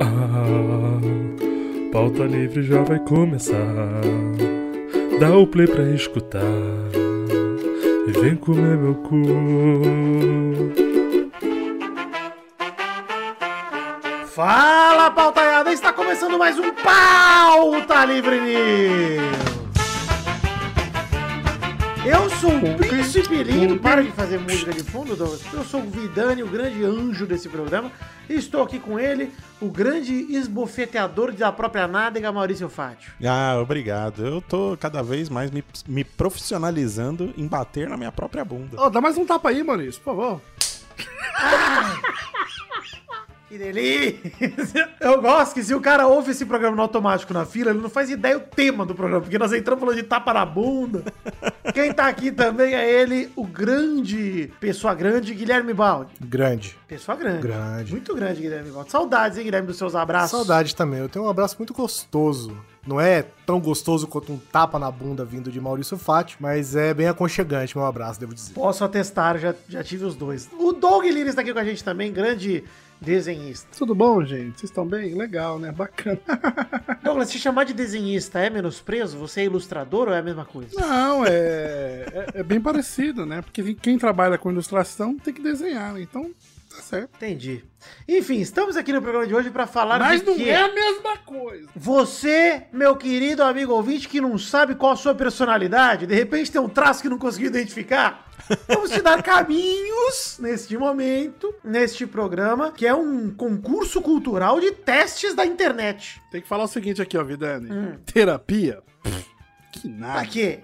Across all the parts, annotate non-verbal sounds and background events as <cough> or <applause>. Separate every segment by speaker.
Speaker 1: Ah, Pauta livre já vai começar. Dá o play pra escutar. E vem comer meu cu.
Speaker 2: Fala, pautaiada! Está começando mais um Pauta Livre News! Eu sou o príncipe lindo, para de fazer música de fundo, Douglas. Eu sou o Vidani, o grande anjo desse programa. E estou aqui com ele, o grande esbofeteador da própria nádega, Maurício Fátio.
Speaker 3: Ah, obrigado. Eu tô cada vez mais me, me profissionalizando em bater na minha própria bunda.
Speaker 4: Ó, dá mais um tapa aí, Maurício, por favor.
Speaker 2: Que delícia! <laughs> Eu gosto que se o cara ouve esse programa no automático na fila, ele não faz ideia o tema do programa, porque nós entramos falando de tapa na bunda. Quem tá aqui também é ele, o grande, pessoa grande, Guilherme Baldi.
Speaker 4: Grande.
Speaker 2: Pessoa grande.
Speaker 4: Grande.
Speaker 2: Muito grande, Guilherme Baldi. Saudades, hein, Guilherme, dos seus abraços.
Speaker 4: Saudade também. Eu tenho um abraço muito gostoso. Não é tão gostoso quanto um tapa na bunda vindo de Maurício Fátio, mas é bem aconchegante meu abraço, devo dizer.
Speaker 2: Posso atestar, já, já tive os dois. O Doug Lira está aqui com a gente também, grande desenhista. <laughs>
Speaker 4: Tudo bom, gente? Vocês estão bem? Legal, né? Bacana.
Speaker 2: Douglas, se chamar de desenhista é menosprezo? Você é ilustrador ou é a mesma coisa?
Speaker 5: <laughs> Não, é, é, é bem parecido, né? Porque quem trabalha com ilustração tem que desenhar, né? Então tá certo.
Speaker 2: Entendi. Enfim, estamos aqui no programa de hoje para falar
Speaker 5: Mas
Speaker 2: de
Speaker 5: não
Speaker 2: quê?
Speaker 5: é a mesma coisa.
Speaker 2: Você, meu querido amigo ouvinte, que não sabe qual a sua personalidade, de repente tem um traço que não conseguiu identificar. Vamos te dar caminhos neste momento, neste programa, que é um concurso cultural de testes da internet.
Speaker 5: Tem que falar o seguinte aqui, ó, Vidani. Terapia? Pff, Que
Speaker 2: Pra
Speaker 5: nada.
Speaker 2: quê?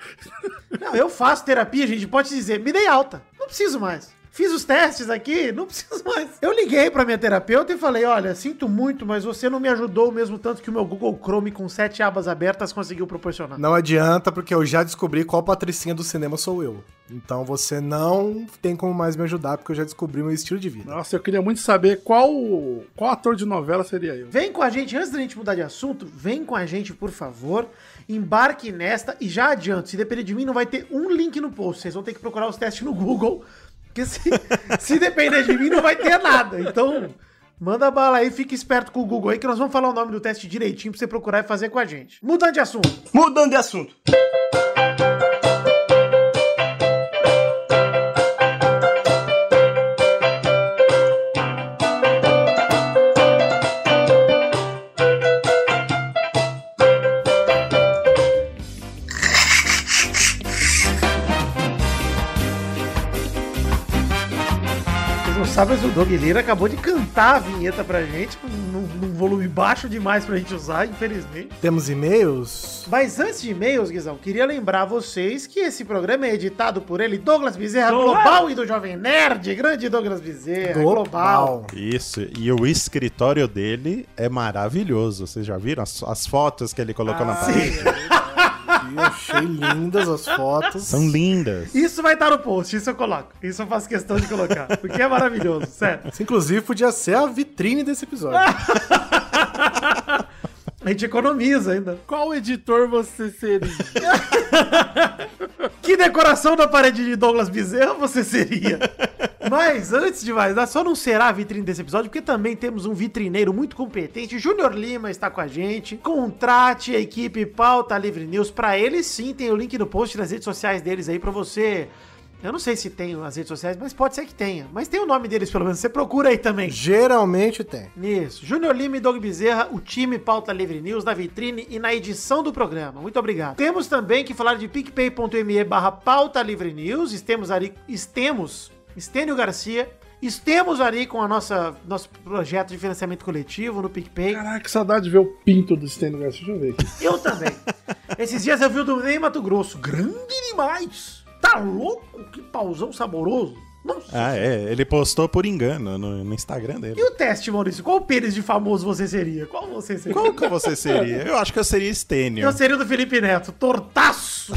Speaker 2: Não, eu faço terapia, gente, pode dizer, me dei alta, não preciso mais. Fiz os testes aqui, não preciso mais. Eu liguei pra minha terapeuta e falei: olha, sinto muito, mas você não me ajudou o mesmo tanto que o meu Google Chrome com sete abas abertas conseguiu proporcionar.
Speaker 4: Não adianta, porque eu já descobri qual patricinha do cinema sou eu. Então você não tem como mais me ajudar, porque eu já descobri meu estilo de vida.
Speaker 5: Nossa, eu queria muito saber qual, qual ator de novela seria eu.
Speaker 2: Vem com a gente, antes da gente mudar de assunto, vem com a gente, por favor. Embarque nesta e já adianto, se depender de mim, não vai ter um link no post. Vocês vão ter que procurar os testes no Google. Porque se, <laughs> se depender de mim, não vai ter nada. Então, manda bala aí, fica esperto com o Google aí, que nós vamos falar o nome do teste direitinho pra você procurar e fazer com a gente. Mudando de assunto.
Speaker 6: Mudando de assunto.
Speaker 2: Vocês não sabem, mas o Doug Lira acabou de cantar a vinheta pra gente, num, num volume baixo demais pra gente usar, infelizmente.
Speaker 4: Temos e-mails?
Speaker 2: Mas antes de e-mails, Guizão, queria lembrar vocês que esse programa é editado por ele, Douglas Bezerra Global e do Jovem Nerd, grande Douglas Bezerra É, Global.
Speaker 3: Isso, e o escritório dele é maravilhoso. Vocês já viram as, as fotos que ele colocou na parede?
Speaker 4: Eu achei lindas as fotos.
Speaker 3: São lindas.
Speaker 2: Isso vai estar no post, isso eu coloco. Isso eu faço questão de colocar, porque é maravilhoso, <laughs> sério.
Speaker 4: Isso, Inclusive, podia ser a vitrine desse episódio.
Speaker 2: A gente economiza ainda.
Speaker 5: Qual editor você seria?
Speaker 2: Que decoração da parede de Douglas Bezerra você seria? Mas antes de mais nada, só não será a vitrine desse episódio, porque também temos um vitrineiro muito competente. Júnior Lima está com a gente. Contrate a equipe Pauta Livre News. Pra eles sim, tem o link no post nas redes sociais deles aí pra você. Eu não sei se tem nas redes sociais, mas pode ser que tenha. Mas tem o nome deles pelo menos, você procura aí também.
Speaker 4: Geralmente tem.
Speaker 2: Isso. Júnior Lima e Doug Bezerra, o time Pauta Livre News na vitrine e na edição do programa. Muito obrigado. Temos também que falar de picpay.me barra pauta livre news. Estemos ali, estemos, Estênio Garcia, estemos ali com a nossa, nosso projeto de financiamento coletivo no PicPay.
Speaker 5: <laughs> Caraca, que saudade de ver o pinto do Stanley Garcia. Deixa eu ver aqui.
Speaker 2: Eu também. Esses dias eu vi o do Ney Mato Grosso. Grande demais. Tá louco? Que pauzão saboroso. Nossa.
Speaker 3: Ah, é. Ele postou por engano no, no Instagram
Speaker 2: E
Speaker 3: dele.
Speaker 2: o teste, Maurício? Qual pênis de famoso você seria? Qual você seria?
Speaker 3: Qual que você seria? Eu acho que eu seria Stênio.
Speaker 2: Eu seria o do Felipe Neto,
Speaker 4: <laughs>
Speaker 2: tortaço!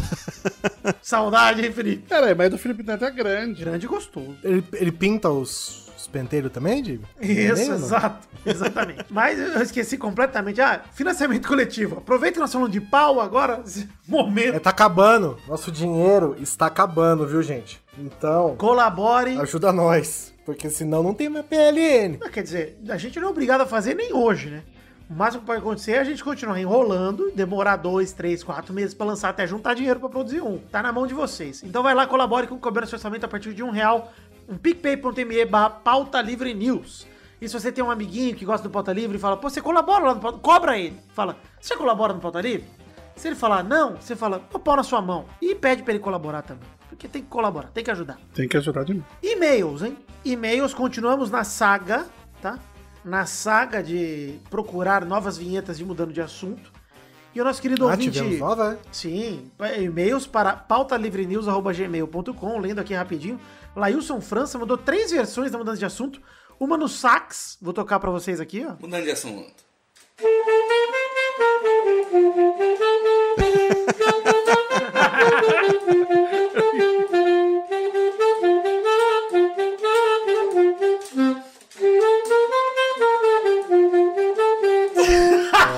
Speaker 2: Saudade, hein, Felipe?
Speaker 5: Peraí, mas o Felipe Neto é grande.
Speaker 2: Grande e gostoso.
Speaker 4: Ele, ele pinta os, os penteiros também, Diego?
Speaker 2: Isso,
Speaker 4: Entendeu, não?
Speaker 2: exato, <laughs> exatamente. Mas eu esqueci completamente. Ah, financiamento coletivo. Aproveita que nós falamos de pau agora. esse
Speaker 4: É,
Speaker 2: Momento.
Speaker 4: tá acabando. Nosso dinheiro está acabando, viu, gente? Então,
Speaker 2: Colabore.
Speaker 4: ajuda nós. Porque senão não tem mais PLN.
Speaker 2: Ah, Quer dizer, a gente não é obrigado a fazer nem hoje, né? O máximo que pode acontecer é a gente continuar enrolando, demorar dois, três, quatro meses pra lançar até juntar dinheiro pra produzir um. Tá na mão de vocês. Então vai lá, colabore com o Cobrança de Orçamento a partir de um real. Um picpay.me barra pauta livre news. E se você tem um amiguinho que gosta do Pauta Livre e fala, pô, você colabora lá no Pauta Cobra ele. Fala, você colabora no Pauta Livre? Se ele falar não, você fala, pô, pau na sua mão. E pede pra ele colaborar também. Porque tem que colaborar, tem que ajudar.
Speaker 5: Tem que ajudar de mim.
Speaker 2: E-mails, hein? E-mails, continuamos na saga, tá? Na saga de procurar novas vinhetas de mudando de assunto. E o nosso querido
Speaker 4: Ah,
Speaker 2: ouvinte.
Speaker 4: tivemos nova, é?
Speaker 2: Sim, e-mails para pautalivrenews.gmail.com, lendo aqui rapidinho. Lailson França mandou três versões da mudança de assunto. Uma no sax, vou tocar pra vocês aqui, ó.
Speaker 6: Mudando de assunto.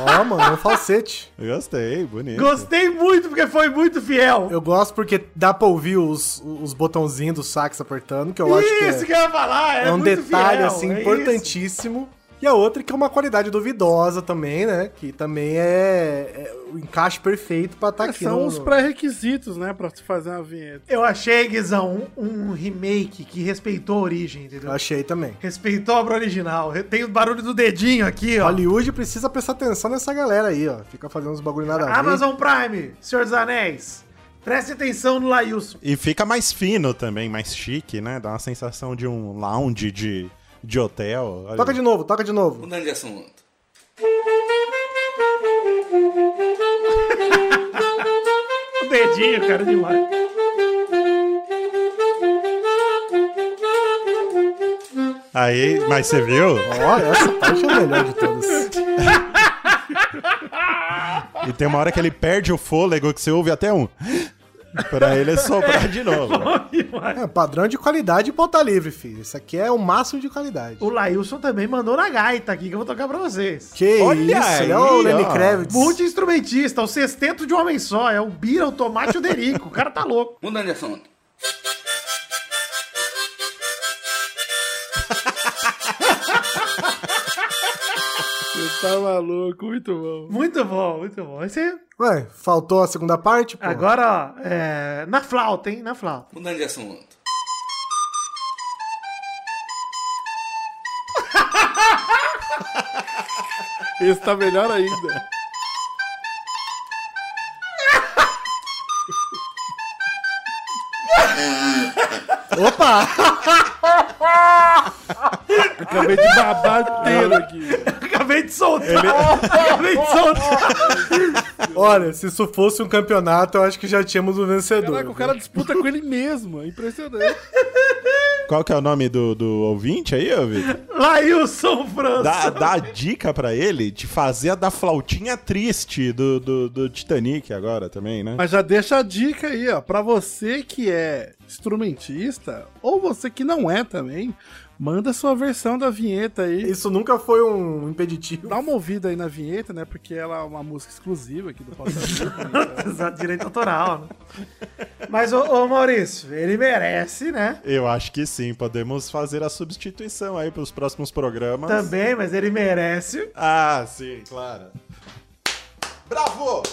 Speaker 4: Ó, mano, é um falsete.
Speaker 3: Eu gostei, bonito.
Speaker 2: Gostei muito, porque foi muito fiel.
Speaker 4: Eu gosto porque dá pra ouvir os, os botãozinhos do sax apertando, que eu acho que é-
Speaker 2: Isso que eu ia falar,
Speaker 4: é,
Speaker 2: é,
Speaker 4: um
Speaker 2: muito
Speaker 4: detalhe,
Speaker 2: fiel,
Speaker 4: assim,
Speaker 2: é isso.
Speaker 4: importantíssimo. E a outra que é uma qualidade duvidosa também, né? Que também é, é o encaixe perfeito pra estar
Speaker 5: É,
Speaker 4: aqui.
Speaker 5: são
Speaker 4: no-
Speaker 5: os
Speaker 4: no-
Speaker 5: pré-requisitos, né, pra se fazer uma vinheta.
Speaker 2: Eu achei, Guizão, um, um remake que respeitou a origem,
Speaker 4: Eu
Speaker 2: entendeu?
Speaker 4: achei também.
Speaker 2: Respeitou a obra original. Tem o barulho do dedinho aqui, ó.
Speaker 4: Hollywood precisa prestar atenção nessa galera aí, ó. Fica fazendo uns bagulho nada a ver.
Speaker 2: Amazon Prime, Senhor dos Anéis. Preste atenção no Lailson. <laughs>
Speaker 3: E fica mais fino também, mais chique, né? Dá uma sensação de um lounge de, de hotel. Olha,
Speaker 4: Toca de novo, toca de novo.
Speaker 6: Mudando de assunto.
Speaker 2: O dedinho, cara, demais.
Speaker 3: Aí, mas você viu?
Speaker 4: Ó, essa parte é a melhor de todas.
Speaker 3: E tem uma hora que ele perde o fôlego que você ouve até um. Pra ele soprar de novo.
Speaker 4: É, padrão de qualidade e pauta livre, filho. Isso aqui é o máximo de qualidade.
Speaker 2: O Lailson também mandou na gaita aqui, que eu vou tocar pra vocês.
Speaker 4: Que
Speaker 3: Olha
Speaker 4: isso,
Speaker 3: aí,
Speaker 4: né? O Lenny
Speaker 3: ó.
Speaker 4: Kravitz.
Speaker 2: Multi-instrumentista, o sexteto de um homem só. É o Bira, o Tomate e o Derico. O cara tá louco. <laughs>
Speaker 6: Mudando de assunto.
Speaker 5: Você tá maluco, muito bom.
Speaker 2: Muito bom, muito bom. Esse,
Speaker 4: Ué, faltou a segunda parte, pô.
Speaker 2: agora, ó, é, na flauta, hein? Na flauta.
Speaker 6: Mudando de assunto.
Speaker 5: Esse tá melhor ainda.
Speaker 4: Opa!
Speaker 5: Acabei de babar inteiro aqui.
Speaker 2: <laughs> Acabei de soltar. Acabei de soltar.
Speaker 4: Olha, se isso fosse um campeonato, eu acho que já tínhamos o vencedor.
Speaker 5: Caraca, o cara disputa com ele mesmo. É impressionante.
Speaker 3: Qual que é o nome do, do ouvinte aí, ô Vitor?
Speaker 2: Lailson França.
Speaker 3: Dá, dá a dica pra ele de fazer a da flautinha triste do, do, do Titanic agora também, né?
Speaker 5: Mas já deixa a dica aí, ó. Pra você que é instrumentista, ou você que não é também, manda sua versão da vinheta aí.
Speaker 4: Isso nunca foi um impeditivo.
Speaker 5: Dá uma ouvida aí na vinheta, né? Porque ela é uma música exclusiva aqui do Pauta Livre,
Speaker 2: <laughs>
Speaker 5: né?
Speaker 2: Exato, direito autoral, né? Mas, ô, ô, Maurício, ele merece, né?
Speaker 3: Eu acho que sim, podemos fazer a substituição aí pros próximos programas.
Speaker 4: Tá
Speaker 2: Também, mas ele merece. <laughs>
Speaker 3: Ah, sim, claro. Bravo!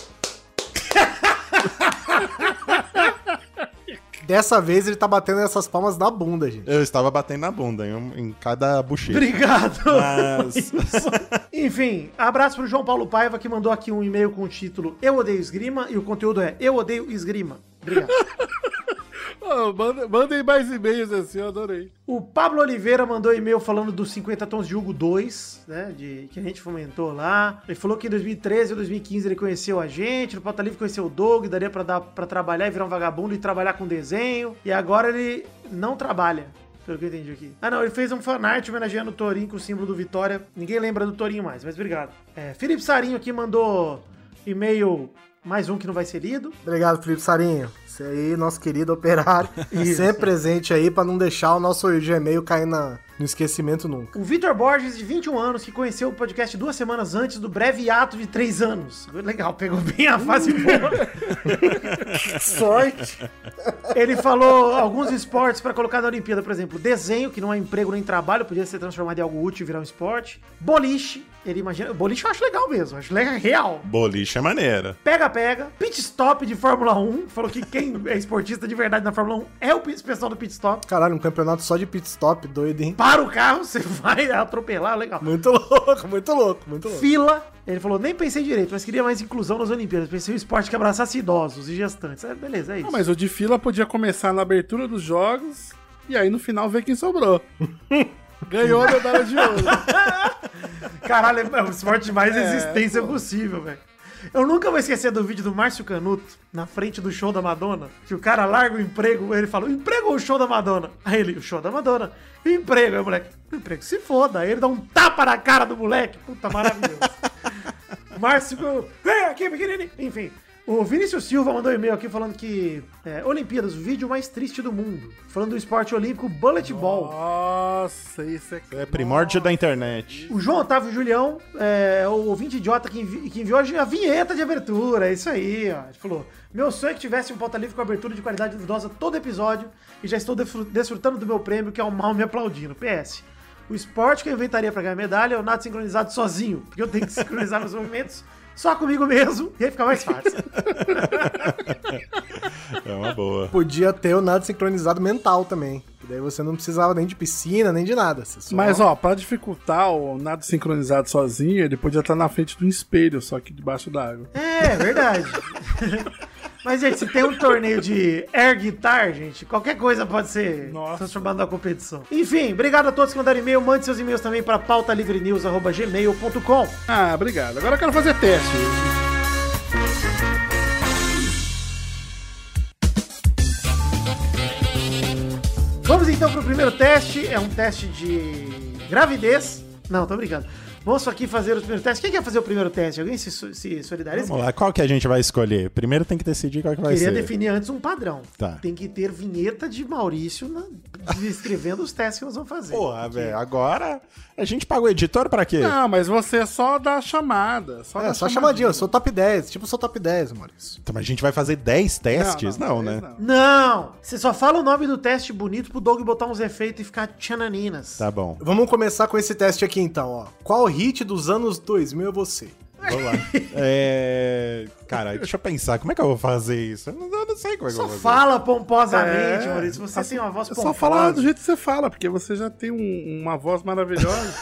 Speaker 4: Dessa vez ele tá batendo essas palmas na bunda, gente.
Speaker 3: Eu estava batendo na bunda em, um- em cada bochecha.
Speaker 2: Obrigado.
Speaker 3: Mas- <laughs>
Speaker 2: Enfim, abraço pro João Paulo Paiva que mandou aqui um e-mail com o título Eu odeio esgrima e o conteúdo é Eu odeio esgrima. Obrigado.
Speaker 5: <laughs> Ô, manda- Mandem mais e-mails assim, eu adorei.
Speaker 2: O Pablo Oliveira mandou e-mail falando dos 50 Tons de Hugo 2, né? De, que a gente fomentou lá. Ele falou que em 2013 ou 2015 ele conheceu a gente, no Pauta Livre conheceu o Doug, daria pra, dar, pra trabalhar e virar um vagabundo e trabalhar com desenho. E agora ele não trabalha. Pelo que eu entendi aqui. Ah, não, ele fez um fanart homenageando o Torinho com o símbolo do Vitória. Ninguém lembra do Torinho mais, mas obrigado. É, Felipe Sarinho aqui mandou e-mail, mais um que não vai ser lido.
Speaker 4: Obrigado, Felipe Sarinho. Você aí, nosso querido <laughs> operário. Sempre presente aí pra não deixar o nosso Gmail cair na- no esquecimento nunca.
Speaker 2: O Vitor Borges, de 21 anos, que conheceu o podcast duas semanas antes do breve ato de três anos. Legal, pegou bem a fase boa.
Speaker 4: Que sorte!
Speaker 2: Ele falou alguns esportes pra colocar na Olimpíada, por exemplo, desenho, que não é emprego nem trabalho, podia ser transformado em algo útil e virar um esporte. Boliche, Ele imagina. Boliche eu acho legal mesmo, acho legal, real.
Speaker 3: Boliche é maneira.
Speaker 2: Pega-pega, pit stop de Fórmula 1. Falou que quem é esportista de verdade na Fórmula 1 é o pit- pessoal do pit stop.
Speaker 4: Caralho, um campeonato só de pit stop, doido, hein?
Speaker 2: Para o carro, você <laughs> vai atropelar, legal.
Speaker 4: Muito louco, muito louco, muito louco.
Speaker 2: Fila. Ele falou, nem pensei direito, mas queria mais inclusão nas Olimpíadas. Pensei um esporte que abraçasse idosos e gestantes. É, beleza, é isso.
Speaker 5: Ah, mas o de fila podia começar na abertura dos jogos e aí no final ver quem sobrou. <laughs> Ganhou a medalha de ouro.
Speaker 2: Caralho, é o esporte mais
Speaker 5: É,
Speaker 2: existência possível, velho. Eu nunca vou esquecer do vídeo do Márcio Canuto na frente do show da Madonna. Que o cara larga o emprego, ele fala: "O emprego ou o show da Madonna? Aí ele: o show da Madonna. E o emprego, aí o moleque: o emprego se foda. Aí ele dá um tapa na cara do moleque. Puta maravilhoso. <laughs> Márcio, Canuto, vem aqui, pequenininho. Enfim. O Vinícius Silva mandou um e-mail aqui falando que é, Olimpíadas, o vídeo mais triste do mundo. Falando do esporte olímpico, bullet ball.
Speaker 5: Nossa, isso é.
Speaker 3: É primórdio da internet.
Speaker 2: O João Otávio Julião, é, o ouvinte idiota que, envi que enviou a vinheta de abertura, é isso aí, ó. Ele falou: Meu sonho é que tivesse um pauta livre com abertura de qualidade duvidosa todo episódio e já estou defru- desfrutando do meu prêmio, que é o mal me aplaudindo. PS. O esporte que eu inventaria pra ganhar medalha é o nato sincronizado sozinho, porque eu tenho que sincronizar meus <laughs> movimentos só comigo mesmo, e aí fica mais fácil.
Speaker 3: É uma boa.
Speaker 4: Podia ter o nado sincronizado mental também. E daí você não precisava nem de piscina, nem de nada. Você só- é,
Speaker 5: Mas ó, pra dificultar o nado sincronizado sozinho, ele podia estar na frente de um espelho, só que debaixo d'água.
Speaker 2: É, verdade. <laughs> Mas, gente, se tem um torneio de air guitar, gente, qualquer coisa pode ser
Speaker 5: Nossa.
Speaker 2: transformada na competição. Enfim, obrigado a todos que mandaram e-mail. Mande seus e-mails também para pautalivrenews.gmail.com.
Speaker 5: Ah, obrigado. Agora eu quero fazer teste.
Speaker 2: Vamos então para o primeiro teste. É um teste de gravidez. Não, tô brincando. Vamos aqui fazer os primeiros testes. Quem quer fazer o primeiro teste? Alguém se, su- se solidariza?
Speaker 3: Vamos lá, qual que a gente vai escolher? Primeiro tem que decidir qual que vai
Speaker 2: Queria
Speaker 3: ser.
Speaker 2: definir antes um padrão.
Speaker 3: Tá.
Speaker 2: Tem que ter vinheta de Maurício na- descrevendo os testes que nós vamos fazer.
Speaker 3: Porra, velho, agora a gente paga o editor pra quê?
Speaker 5: Não, mas você é só dá a chamada. Só dá
Speaker 4: É, só
Speaker 5: a
Speaker 4: chamadinha, eu sou top 10. Tipo, eu sou top 10, Maurício.
Speaker 3: Então, mas a gente vai fazer 10 testes? Não, né?
Speaker 5: não.
Speaker 2: Não! Você só fala o nome do teste bonito pro Doug botar uns efeitos e ficar tchananinas.
Speaker 3: Tá bom.
Speaker 4: Vamos começar com esse teste aqui então, ó. Qual hit dos anos 2000 é você?
Speaker 3: Vamos lá. <laughs> É... Cara, deixa eu pensar, como é que eu vou fazer isso? Eu não, eu não sei como é que
Speaker 2: Só
Speaker 3: eu vou fazer.
Speaker 2: fala pomposamente,
Speaker 5: É.
Speaker 2: Maurício. Você tem uma voz
Speaker 5: É
Speaker 2: pomposa.
Speaker 5: só falar do jeito que você fala, porque você já tem um- uma voz
Speaker 4: <laughs>
Speaker 5: maravilhosa.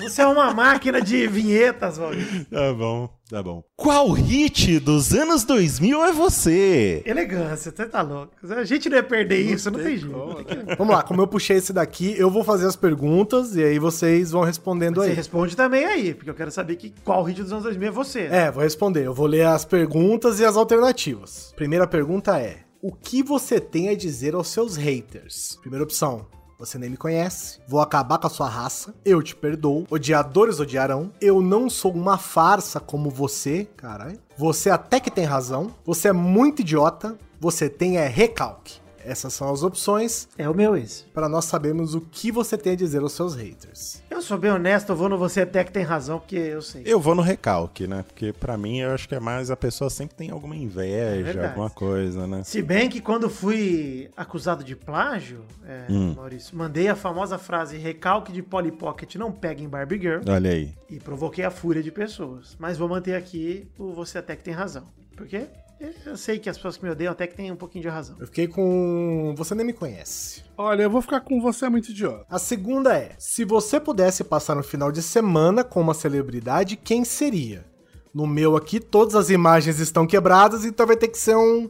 Speaker 2: Você é uma máquina de vinhetas, Maurício.
Speaker 3: Tá bom, tá bom. Qual hit dos anos 2000 é você?
Speaker 2: Elegância, você tá louco. A gente não ia perder isso, não tem jeito.
Speaker 5: como,
Speaker 4: Vamos lá, como eu puxei esse daqui, eu vou fazer as perguntas e aí vocês vão respondendo
Speaker 2: Você
Speaker 4: aí.
Speaker 2: responde também aí, porque eu quero saber que qual hit dos anos 2000 é você.
Speaker 4: É, vou responder. Eu vou ler as perguntas e as alternativas. Primeira pergunta é: O que você tem a dizer aos seus haters? Primeira opção. Você nem me conhece. Vou acabar com a sua raça. Eu te perdoo. Odiadores odiarão. Eu não sou uma farsa como você. Caralho. Você até que tem razão. Você é muito idiota. Você tem é recalque. Essas são as opções
Speaker 2: É o meu esse.
Speaker 4: para nós sabermos o que você tem a dizer aos seus haters.
Speaker 2: Eu sou bem honesto, eu vou no você até que tem razão, porque eu sei.
Speaker 3: Eu vou no recalque, né? Porque pra mim eu acho que é mais a pessoa sempre tem alguma
Speaker 2: É
Speaker 3: inveja,
Speaker 2: verdade.
Speaker 3: alguma coisa, né?
Speaker 2: Se bem que quando fui acusado de plágio, é, Maurício, mandei a famosa frase recalque de Polly Pocket não pega em Barbie Girl.
Speaker 3: Olha aí.
Speaker 2: E provoquei a fúria de pessoas. Mas vou manter aqui o você até que tem razão. Porque eu sei que as pessoas que me odeiam até que têm um pouquinho de razão.
Speaker 4: Eu fiquei com. um, Você nem me conhece.
Speaker 5: Olha, eu vou ficar com você é muito idiota.
Speaker 4: A segunda é: se você pudesse passar um final de semana com uma celebridade, quem seria? No meu aqui, todas as imagens estão quebradas, então vai ter que ser um,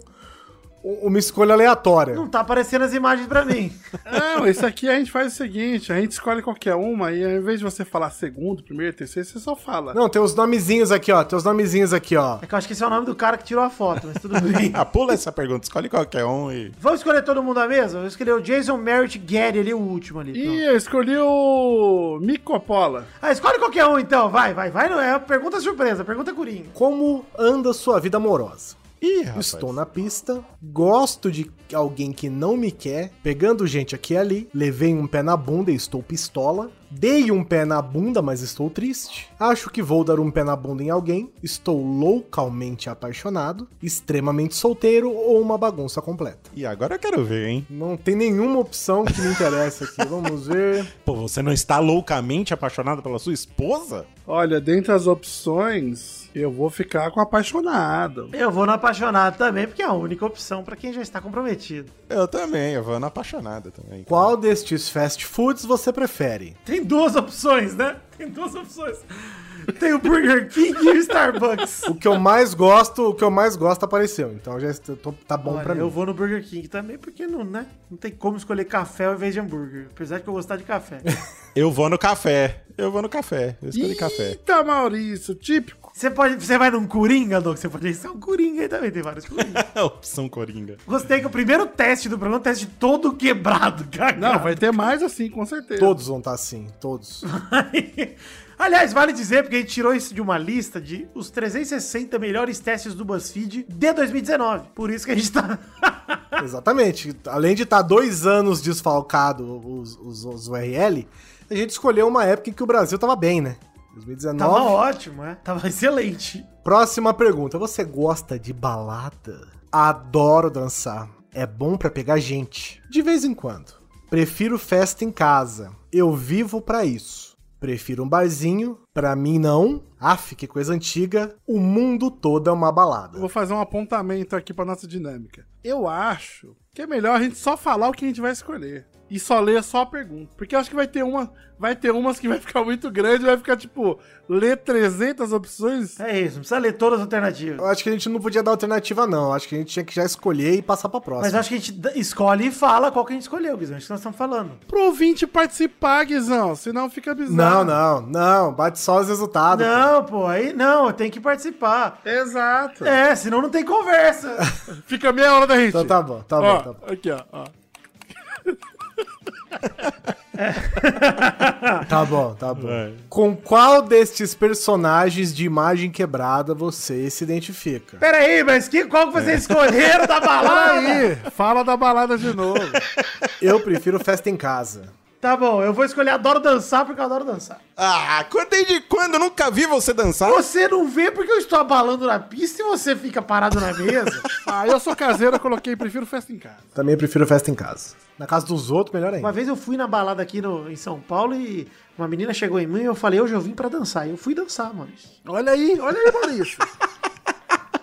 Speaker 4: um- uma escolha aleatória.
Speaker 2: Não tá aparecendo as imagens pra mim. <laughs>
Speaker 5: Não, isso aqui a gente faz o seguinte: a gente escolhe qualquer uma e ao invés de você falar segundo, primeiro, terceiro, você só fala.
Speaker 4: Não, tem os nomezinhos aqui, ó. Tem os nomezinhos aqui, ó.
Speaker 2: É que eu acho que esse é o nome do cara que tirou a foto, mas tudo
Speaker 3: <laughs>
Speaker 2: bem.
Speaker 3: Ah, pula essa pergunta, escolhe qualquer um e.
Speaker 2: Vamos escolher todo mundo à mesa? Vou escolher o Jason Merritt Getty ali, o último ali.
Speaker 5: E
Speaker 2: pronto.
Speaker 5: eu escolhi o Micopola.
Speaker 2: Ah, escolhe qualquer um então, vai, vai, vai. Não é pergunta surpresa, pergunta curinha.
Speaker 4: Como anda sua vida amorosa?
Speaker 3: Ih, rapaz.
Speaker 4: Estou na pista, gosto de alguém que não me quer, pegando gente aqui e ali, levei um pé na bunda e estou pistola, Dei um pé na bunda, mas estou triste. Acho que vou dar um pé na bunda em alguém. Estou loucalmente apaixonado, extremamente solteiro ou uma bagunça completa.
Speaker 3: E agora eu quero ver, hein?
Speaker 4: Não tem nenhuma opção que me interessa aqui. <laughs> Vamos ver.
Speaker 3: Pô, você não está loucamente apaixonado pela sua esposa?
Speaker 5: Olha, dentre as opções, eu vou ficar com apaixonado.
Speaker 2: Eu vou no apaixonado também, porque é a única opção pra quem já está comprometido.
Speaker 3: Eu também, eu vou na apaixonada também.
Speaker 4: Qual destes fast foods você prefere?
Speaker 2: Tem duas opções, né? Tem duas opções. Tem o Burger King e o Starbucks.
Speaker 4: O que eu mais gosto, o que eu mais gosto apareceu. Então já est- tô- tá bom
Speaker 2: Olha,
Speaker 4: pra mim.
Speaker 2: eu vou no Burger King também, porque não, né? Não tem como escolher café ao invés de hambúrguer. Apesar de que eu gostar de
Speaker 4: <laughs>
Speaker 2: café.
Speaker 3: Eu vou no café. Eu vou no café. Eu escolhi café. <laughs>
Speaker 5: Eita, Maurício, típico.
Speaker 2: Você, pode, você vai num Coringa, Doug? Você pode ir é um Coringa aí também, tem vários Coringas.
Speaker 3: Opção coringa.
Speaker 2: Gostei que o primeiro teste do programa é um teste todo quebrado, cara.
Speaker 5: Não, vai ter mais assim, com certeza.
Speaker 4: Todos vão estar assim, todos.
Speaker 2: Aliás, vale dizer, porque a gente tirou isso de uma lista de os 360 melhores testes do BuzzFeed de 2019. Por isso que a gente tá. <laughs>
Speaker 4: Exatamente. Além de estar dois anos desfalcado os, os, os URL, a gente escolheu uma época em que o Brasil tava bem, né? 2019.
Speaker 2: Tava ótimo, é? Tava excelente.
Speaker 4: Próxima pergunta. Você gosta de balada? Adoro dançar. É bom pra pegar gente. De vez em quando. Prefiro festa em casa. Eu vivo pra isso. Prefiro um barzinho. Pra mim, não. Aff, que coisa antiga. O mundo todo é uma balada.
Speaker 5: Eu vou fazer um apontamento aqui pra nossa dinâmica. Eu acho que é melhor a gente só falar o que a gente vai escolher. E só ler só a pergunta. Porque eu acho que vai ter uma. Vai ter umas que vai ficar muito grande, vai ficar tipo, ler 300 opções.
Speaker 2: É isso, não precisa ler todas as
Speaker 4: Eu
Speaker 2: alternativas.
Speaker 4: acho que a gente não podia dar alternativa, não. Eu acho que a gente tinha que já escolher e passar pra próxima.
Speaker 2: Mas eu acho que a gente d- escolhe e fala qual que a gente escolheu, Guizão. Acho que nós estamos falando.
Speaker 5: Pro ouvinte participar, Guizão. Senão fica
Speaker 4: Não,
Speaker 5: bizarro.
Speaker 4: não, não. Bate só os resultados. pô.
Speaker 2: não, pô, aí não, tem que participar.
Speaker 5: Exato.
Speaker 2: É, senão não tem conversa.
Speaker 5: Fica meia hora da gente.
Speaker 4: Então tá bom, tá
Speaker 5: ó,
Speaker 4: bom, tá bom.
Speaker 5: Aqui, ó. ó.
Speaker 4: Tá bom, tá bom. Com qual destes personagens de imagem quebrada você se identifica?
Speaker 2: Pera aí, mas que, qual que vocês escolheram da balada?
Speaker 5: Aí, fala da balada de novo.
Speaker 4: Eu prefiro festa em casa.
Speaker 2: Tá bom, eu vou escolher Adoro Dançar porque eu adoro dançar.
Speaker 3: Ah, quando- desde quando? Eu nunca vi você dançar.
Speaker 2: Você não vê porque eu estou abalando na pista e você fica parado na <laughs> mesa.
Speaker 5: ah, eu sou caseiro, eu coloquei, prefiro festa em casa.
Speaker 4: Também prefiro festa em casa. Na casa dos outros, melhor ainda.
Speaker 2: Uma vez eu fui na balada aqui no, em São Paulo e uma menina chegou em mim e eu falei, hoje eu vim pra dançar. E eu fui dançar, mano.
Speaker 5: Olha aí, olha aí, Maurício.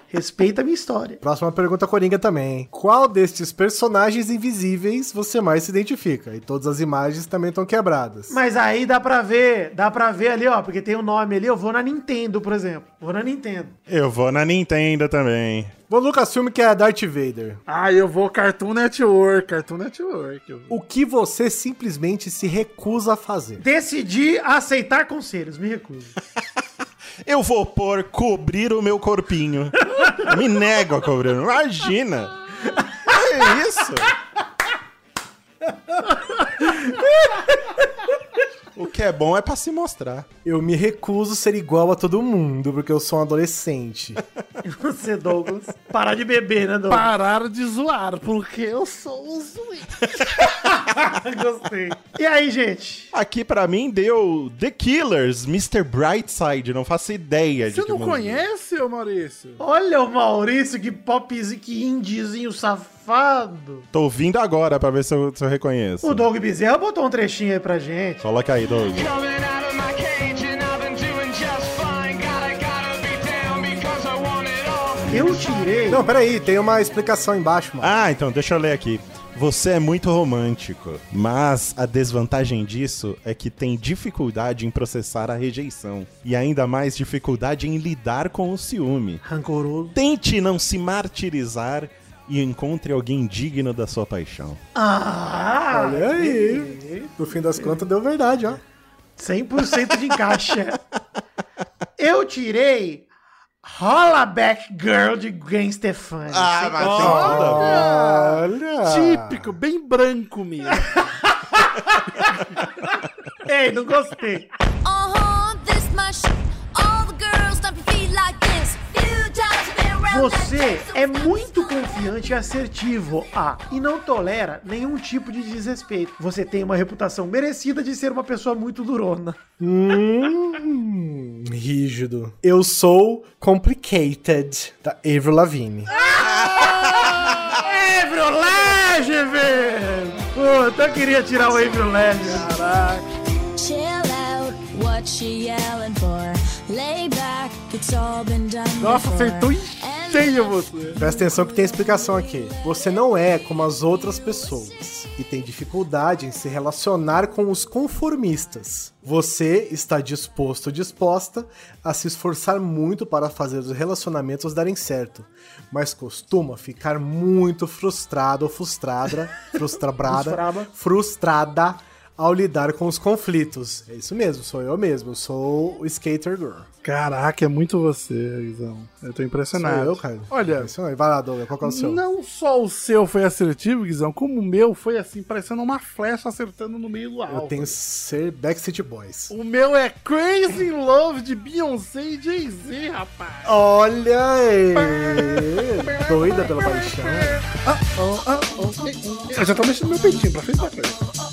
Speaker 2: Respeita a minha história.
Speaker 4: Próxima pergunta coringa também. hein? Qual destes personagens invisíveis você mais se identifica? E todas as imagens também estão quebradas.
Speaker 2: Mas aí dá pra ver, dá pra ver ali, ó, porque tem o nome ali, eu vou na Nintendo, por exemplo. Vou na Nintendo.
Speaker 3: Eu vou na Nintendo também.
Speaker 4: Vou no Lucasfilme que é Darth Vader.
Speaker 5: ah, eu vou Cartoon Network, Cartoon Network. eu vou.
Speaker 4: O que você simplesmente se recusa a fazer?
Speaker 2: Decidi aceitar conselhos, me recuso. <laughs>
Speaker 3: Eu vou por cobrir o meu corpinho. <laughs> Eu me nego a cobrir. Imagina! É isso! O que é bom é pra se mostrar.
Speaker 4: Eu me recuso a ser igual a todo mundo, porque eu sou um adolescente.
Speaker 2: E você, Douglas, parar de beber, né, Douglas?
Speaker 5: Parar de zoar, porque eu sou o zoeiro.
Speaker 2: <laughs> Gostei. E aí, gente?
Speaker 3: Aqui pra mim deu The Killers, Mr. Brightside. Não faço ideia de
Speaker 5: Você
Speaker 3: que é.
Speaker 5: não
Speaker 3: música.
Speaker 5: conhece, ô Maurício?
Speaker 2: Olha o Maurício, que popzinho, que indiezinho safado.
Speaker 3: Tô ouvindo agora pra ver se eu, se eu reconheço.
Speaker 2: O Doug Bezerra botou um trechinho aí pra gente.
Speaker 3: Coloca aí, Doug.
Speaker 7: Coming out of my cage and I've been doing just fine. Gotta, gotta be down because I want it all.
Speaker 2: Eu tirei.
Speaker 4: um Não, peraí, tem uma explicação embaixo, mano.
Speaker 3: Ah, então, deixa eu ler aqui. Você é muito romântico, mas a desvantagem disso é que tem dificuldade em processar a rejeição e ainda mais dificuldade em lidar com o ciúme.
Speaker 2: Rancoroso.
Speaker 3: Tente não se martirizar e encontre alguém digno da sua paixão.
Speaker 2: Ah!
Speaker 4: Olha aí. No fim das contas, deu verdade, ó.
Speaker 2: 100% de encaixe. Eu tirei Hollaback Girl de Gwen Stefani.
Speaker 4: Ah,
Speaker 2: Você gosta?
Speaker 5: Ah.
Speaker 4: Olha!
Speaker 5: Típico, bem branco mesmo.
Speaker 2: Ei, não gostei.
Speaker 8: Uh-huh, this my shit. All the girls stomp your feet like this. Few times you've been around
Speaker 2: Você é muito confiante e assertivo, A, e não tolera nenhum tipo de desrespeito. Você tem uma reputação merecida de ser uma pessoa muito durona.
Speaker 4: Hum, rígido. Eu sou complicated, da Avril Lavigne.
Speaker 2: Avril Lavigne, velho! Puta, eu queria tirar o Avril Lavigne. Caraca.
Speaker 8: Chill out, what she yelling for? Lay back, it's all been done.
Speaker 5: Nossa,
Speaker 8: before.
Speaker 5: acertou em
Speaker 8: And
Speaker 5: cheio você.
Speaker 4: Presta atenção que tem explicação aqui. Você não é como as outras pessoas e tem dificuldade em se relacionar com os conformistas. Você está disposto ou disposta a se esforçar muito para fazer os relacionamentos darem certo, mas costuma ficar muito frustrado ou frustrada, frustrada,
Speaker 2: Frustraba.
Speaker 4: frustrada ao lidar com os conflitos. É isso mesmo, sou eu mesmo, sou o skater girl.
Speaker 5: Caraca, é muito você, Guizão. Eu tô
Speaker 4: Sou
Speaker 5: impressionado.
Speaker 4: eu, cara.
Speaker 5: Olha,
Speaker 4: Impressionante. vai lá, Douglas, qual que é o seu?
Speaker 5: não só o seu foi assertivo, Guizão, como o meu foi assim, parecendo uma flecha acertando no meio do alvo.
Speaker 4: Eu tenho ser Backstreet Boys.
Speaker 5: O meu é Crazy in Love de Beyoncé e Jay-Z, rapaz.
Speaker 4: Olha aí! Doida pela paixão.
Speaker 5: Eu já tô mexendo meu peitinho pra frente e pra trás.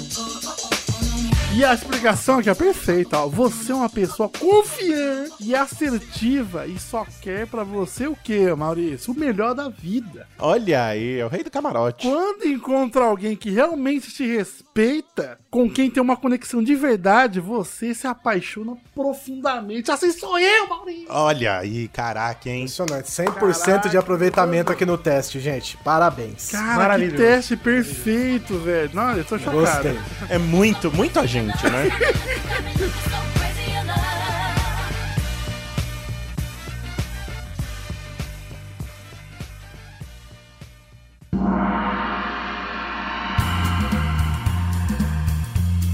Speaker 5: E a explicação aqui é perfeita, ó. Você é uma pessoa confiante e assertiva e só quer pra você o quê, Maurício? O melhor da vida.
Speaker 3: Olha aí, é o rei do camarote.
Speaker 5: Quando encontra alguém que realmente te respeita, com quem tem uma conexão de verdade, você se apaixona profundamente. Assim sou eu, Maurício!
Speaker 3: Olha aí, caraca, hein?
Speaker 4: Impressionante. 100% de aproveitamento aqui no teste, gente. Parabéns.
Speaker 5: Cara, que
Speaker 2: Maravilhoso.
Speaker 5: teste perfeito, velho. Não, eu tô chocado.
Speaker 4: Gostei.
Speaker 3: É muito, muita gente, né?
Speaker 8: so crazy in love.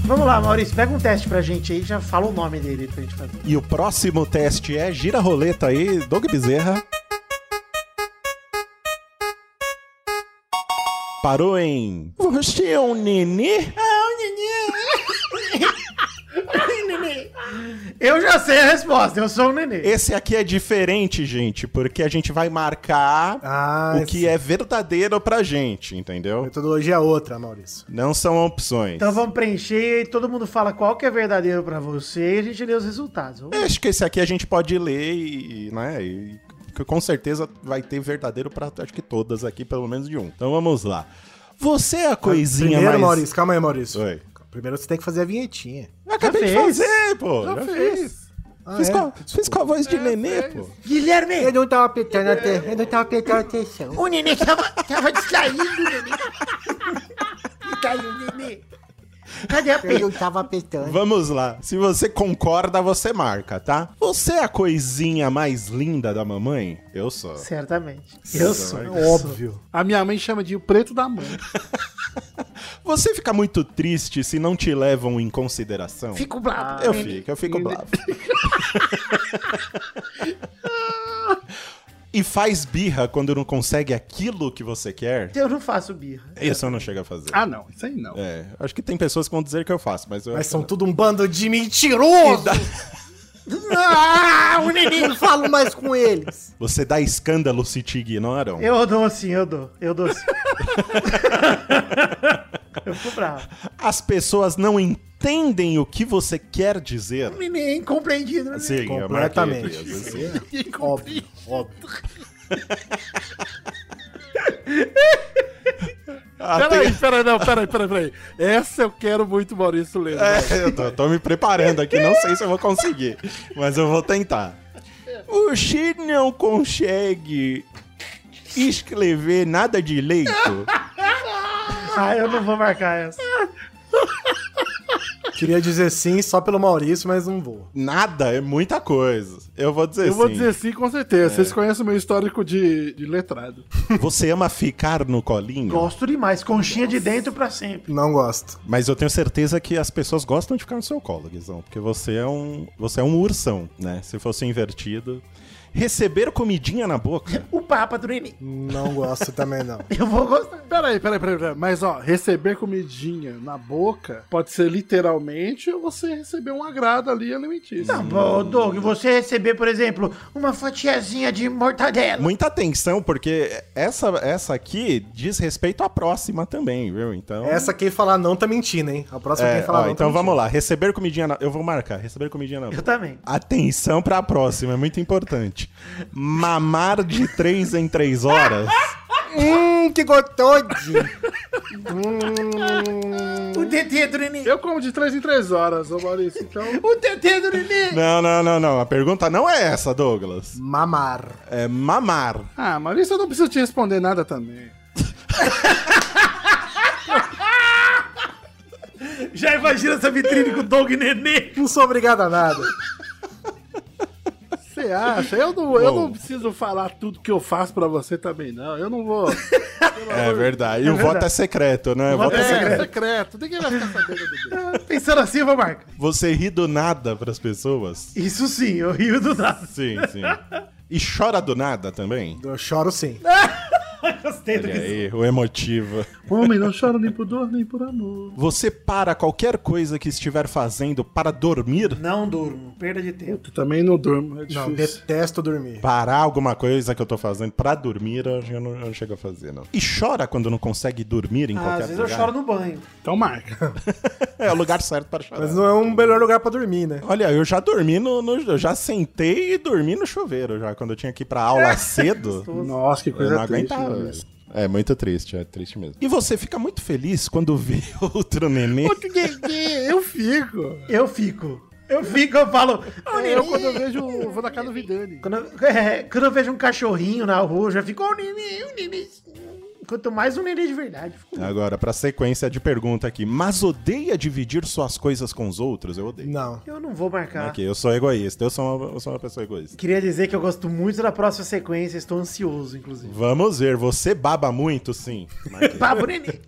Speaker 2: Vamos lá, Maurício, pega um teste pra gente aí, já fala o nome dele pra gente fazer.
Speaker 3: <laughs> E o próximo teste é gira a roleta aí, Doug Bezerra. Parou em. Você é um nenê?
Speaker 2: Eu já sei a resposta, eu sou o Nenê.
Speaker 3: Esse aqui é diferente, gente, porque a gente vai marcar
Speaker 4: Ah,
Speaker 3: o que é verdadeiro pra gente, entendeu?
Speaker 4: Metodologia é outra, Maurício.
Speaker 3: Não são opções.
Speaker 2: Então vamos preencher e todo mundo fala qual que é verdadeiro pra você e a gente lê os resultados. Vamos-
Speaker 3: Eu É, Acho que esse aqui a gente pode ler e, né, e que com certeza vai ter verdadeiro pra acho que todas aqui, pelo menos de um. Então vamos lá. Você é a coisinha
Speaker 4: Primeiro,
Speaker 3: mais...
Speaker 4: Maurício, calma aí, Maurício.
Speaker 3: Oi.
Speaker 4: Primeiro você tem que fazer a vinhetinha.
Speaker 3: Eu acabei de
Speaker 2: fez?
Speaker 3: fazer, pô. Já
Speaker 5: Fez.
Speaker 4: Ah,
Speaker 3: Fiz,
Speaker 4: é?
Speaker 3: com a, fiz com a voz de nenê, pô.
Speaker 2: Guilherme,
Speaker 4: não tava apertando até. Eu não tava apertando atenção.
Speaker 2: o Nenê tava, tava distraindo, Nenê. Caiu, Nenê. Cadê a pena?
Speaker 4: tava apertando.
Speaker 3: Vamos lá. Se você concorda, você marca, tá? Você é a coisinha mais linda da mamãe? Eu sou.
Speaker 2: Certamente. Eu sou.
Speaker 4: Óbvio.
Speaker 5: A minha mãe chama de o preto da mãe.
Speaker 3: Você fica muito triste se não te levam em consideração?
Speaker 2: Fico bravo.
Speaker 3: Eu
Speaker 2: Nenê.
Speaker 3: fico, eu fico bravo. e faz birra quando não consegue aquilo que você quer?
Speaker 2: Eu não faço birra.
Speaker 3: Isso eu não chego a fazer.
Speaker 5: Ah, não, isso aí não.
Speaker 3: É, acho que tem pessoas que vão dizer que eu faço, mas eu.
Speaker 4: Mas são tudo um bando de mentiroso! ah,
Speaker 2: um
Speaker 4: o neném não falo mais com eles.
Speaker 3: Você dá escândalo se te ignoram?
Speaker 2: Eu dou sim, eu dou. Eu dou <laughs> sim. eu fico bravo.
Speaker 3: As pessoas não entendem o que você quer dizer?
Speaker 2: Nenê, incompreendido. né? Nenê.
Speaker 3: Sim, é eu marquei
Speaker 4: Completamente.
Speaker 3: aqui, assim.
Speaker 4: Óbvio, óbvio.
Speaker 3: <laughs> Ah, tem-
Speaker 5: Peraí, peraí, não, peraí, peraí, peraí. Essa eu quero muito, Maurício Leno.
Speaker 3: É, eu tô, tô me preparando aqui, não sei se eu vou conseguir, mas eu vou tentar. O X não consegue escrever nada direito.
Speaker 2: Ah, eu não vou marcar essa.
Speaker 4: <laughs> Queria dizer sim só pelo Maurício, mas não vou.
Speaker 3: Nada, é muita coisa. Eu vou dizer
Speaker 5: Eu vou
Speaker 3: sim.
Speaker 5: dizer sim, É. com certeza. Vocês conhecem o meu histórico de, de letrado.
Speaker 3: Você ama ficar no colinho?
Speaker 2: Gosto demais. Conchinha de dentro pra sempre.
Speaker 4: Não gosto.
Speaker 3: Mas eu tenho certeza que as pessoas gostam de ficar no seu colo, Guizão. Porque você é um. Você é um ursão, né? Se fosse invertido. Receber comidinha na boca?
Speaker 2: O Papa do Neném.
Speaker 4: Não gosto também, não.
Speaker 2: Eu vou gostar.
Speaker 5: Peraí, peraí, peraí, peraí. Mas ó, receber comidinha na boca pode ser literalmente ou você receber um agrado ali alimentício.
Speaker 2: Tá bom, Doug, você receber, por exemplo, uma fatiazinha de mortadela.
Speaker 3: Muita atenção, porque essa, essa aqui diz respeito à próxima também, viu? Então.
Speaker 4: Essa quem falar não tá mentindo, hein? A próxima
Speaker 3: É,
Speaker 4: quem falar
Speaker 3: ó,
Speaker 4: não
Speaker 3: então
Speaker 4: tá
Speaker 3: vamos lá. Receber comidinha na. Eu vou marcar. Receber comidinha na
Speaker 2: Eu
Speaker 3: boca.
Speaker 2: também.
Speaker 3: Atenção pra próxima, é muito importante. Mamar de três em três <laughs> horas.
Speaker 4: Hum, que gostoso!
Speaker 2: O TT do Neném.
Speaker 5: Eu como de três em três horas, ô Maurício. Então,
Speaker 2: O TT do Neném.
Speaker 3: Não, não, não, não. A pergunta não é essa, Douglas.
Speaker 4: Mamar.
Speaker 3: É mamar.
Speaker 5: <laughs> ah, Maurício, eu não preciso te responder nada também.
Speaker 2: Já imagina essa vitrine com o Doug e Nenê.
Speaker 4: Não sou obrigado a nada.
Speaker 5: Você acha? Eu não, eu
Speaker 3: Bom.
Speaker 5: não preciso falar tudo que eu faço pra você também, não. Eu
Speaker 4: <laughs>
Speaker 5: não vou.
Speaker 3: É verdade. E o voto é secreto, né? O voto é
Speaker 5: É,
Speaker 3: secreto.
Speaker 5: secreto. Ninguém vai ficar sabendo do meu.
Speaker 2: Pensando assim, eu vou marcar.
Speaker 3: Você ri do nada pras pessoas?
Speaker 2: Isso sim, eu rio do nada.
Speaker 3: Sim, sim. E chora do nada <laughs> também?
Speaker 4: Eu choro sim.
Speaker 2: Gostei do
Speaker 3: Olha
Speaker 2: que
Speaker 3: aí, o emotivo.
Speaker 5: Homem não chora nem por dor, nem por amor.
Speaker 3: Você para qualquer coisa que estiver fazendo para dormir?
Speaker 2: Não durmo, perda de tempo.
Speaker 5: Tu também não dorme, é
Speaker 4: Não,
Speaker 5: difícil.
Speaker 4: detesto dormir.
Speaker 3: Parar alguma coisa que eu tô fazendo pra dormir, eu já não, eu não chego a fazer, não. E chora quando não consegue dormir em
Speaker 2: Ah,
Speaker 3: qualquer
Speaker 2: às vezes
Speaker 3: lugar?
Speaker 2: eu choro no banho.
Speaker 5: Então <laughs> marca.
Speaker 3: <laughs> É o lugar certo para chorar.
Speaker 4: Mas não é um melhor lugar pra dormir, né?
Speaker 3: Olha, eu já dormi no, no- Eu já sentei e dormi no chuveiro já. Quando eu tinha que ir
Speaker 2: <laughs>
Speaker 3: pra aula cedo,
Speaker 5: Nossa, que
Speaker 3: eu
Speaker 5: coisa
Speaker 3: não
Speaker 5: triste,
Speaker 3: aguentava.
Speaker 5: mano.
Speaker 3: velho. É muito triste, é triste mesmo. E você fica muito feliz quando vê <laughs> outro neném.
Speaker 5: Puta que- que- Eu fico.
Speaker 2: Eu fico. Eu fico, eu falo. "Ô,
Speaker 5: Eu
Speaker 2: Nenê."
Speaker 5: quando eu vejo. eu Vou na casa do Vidani.
Speaker 2: Quando eu, é, quando eu vejo um cachorrinho na rua, eu já fico, ô nenê, ô nenê. Quanto mais um nenê de verdade. fico-
Speaker 3: Agora, pra sequência de pergunta aqui. Mas odeia dividir suas coisas com os outros? Eu odeio.
Speaker 4: Não.
Speaker 2: Eu não vou marcar.
Speaker 3: Tá? Aqui, eu sou egoísta, eu sou uma, eu sou uma pessoa egoísta.
Speaker 2: Queria dizer que eu gosto muito da próxima sequência, estou ansioso, inclusive.
Speaker 3: Vamos ver, você baba muito, sim. <laughs> Marquei.
Speaker 2: Pavo nenê.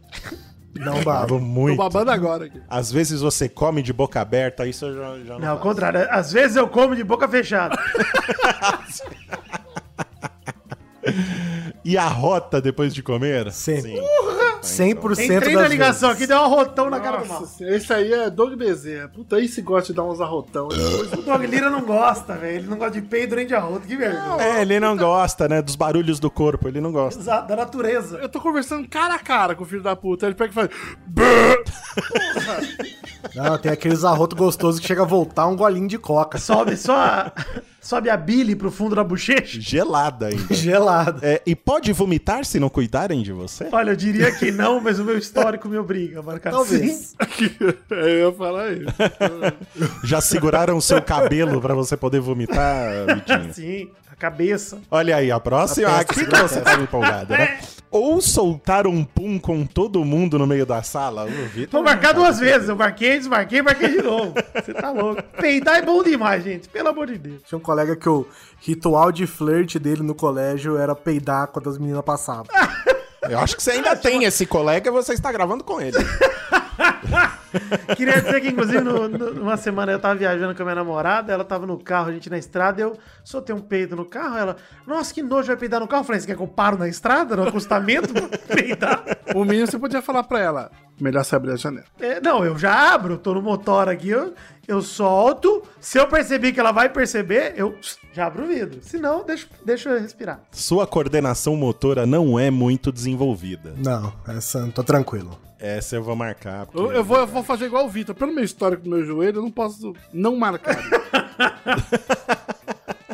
Speaker 4: Não babo.
Speaker 3: Babo
Speaker 5: Tô
Speaker 3: muito.
Speaker 5: babando agora aqui.
Speaker 3: Às vezes você come de boca aberta, isso eu já, já não.
Speaker 2: Não, ao
Speaker 3: faço.
Speaker 2: contrário. Às vezes eu como de boca fechada.
Speaker 3: E a rota depois de comer?
Speaker 4: Sempre.
Speaker 3: Sim. Então,
Speaker 4: 100%
Speaker 2: Entrei na
Speaker 4: das
Speaker 2: ligação
Speaker 4: vezes.
Speaker 2: aqui, deu um arrotão na cara
Speaker 4: Tá
Speaker 2: do
Speaker 5: Nossa,
Speaker 2: mal.
Speaker 5: senhora, esse aí é Doug Bezerra. Puta, aí se gosta de dar uns arrotão.
Speaker 2: O Dog Lira não gosta, velho. Ele não gosta de peido nem de arroto. Que vergonha.
Speaker 3: É, ele não gosta, né? Dos barulhos do corpo, ele não gosta.
Speaker 2: Exato, Da natureza.
Speaker 5: Eu tô conversando cara a cara com o filho da puta. Ele pega e faz. "Brrr".
Speaker 4: Não, tem aqueles arroto gostoso que chega a voltar um golinho de coca.
Speaker 2: Sobe só a, sobe a bile pro fundo da bochecha.
Speaker 3: Gelada ainda.
Speaker 4: Gelado.
Speaker 3: É, e pode vomitar se não cuidarem de você?
Speaker 2: Olha, eu diria que não, mas o meu histórico me obriga a marcar assim, sim.
Speaker 4: Talvez.
Speaker 5: Eu ia falar isso.
Speaker 3: Já seguraram o seu cabelo pra você poder vomitar, <laughs> Vitinho?
Speaker 2: Sim, assim, a cabeça.
Speaker 3: Olha aí, a próxima.
Speaker 4: A testa,
Speaker 3: aqui que você tá empolgada, né? Ou soltar um pum com todo mundo no meio da sala. O
Speaker 2: Vou
Speaker 3: Vitor.
Speaker 2: marcar duas vezes. Eu marquei, desmarquei, marquei de novo. Você tá louco. Peidar é bom demais, gente. Pelo amor de Deus.
Speaker 4: Tinha um colega que o ritual de flerte dele no colégio era peidar quando as meninas passavam.
Speaker 3: Eu acho que você ainda tem esse colega e você está gravando com ele.
Speaker 2: Queria dizer que, inclusive, no- no- numa semana eu tava viajando com a minha namorada, ela tava no carro, a gente na estrada, eu soltei um peido no carro, ela, nossa, que nojo, vai peidar no carro. Eu falei, você quer que eu paro na estrada, no acostamento, <laughs> pra peidar?
Speaker 5: O menino você podia falar pra ela. Melhor você abrir a janela.
Speaker 2: É, não, eu já abro, tô no motor aqui, eu, eu solto, se eu perceber que ela vai perceber, eu já abro o vidro. Se não, deixa, deixa eu respirar.
Speaker 3: Sua coordenação motora não é muito desenvolvida.
Speaker 4: Não, essa eu tô tranquilo.
Speaker 3: Essa eu vou marcar. porque-
Speaker 5: Eu, eu vou, eu vou fazer igual o Vitor. Pelo meu histórico do meu joelho, eu não posso não marcar.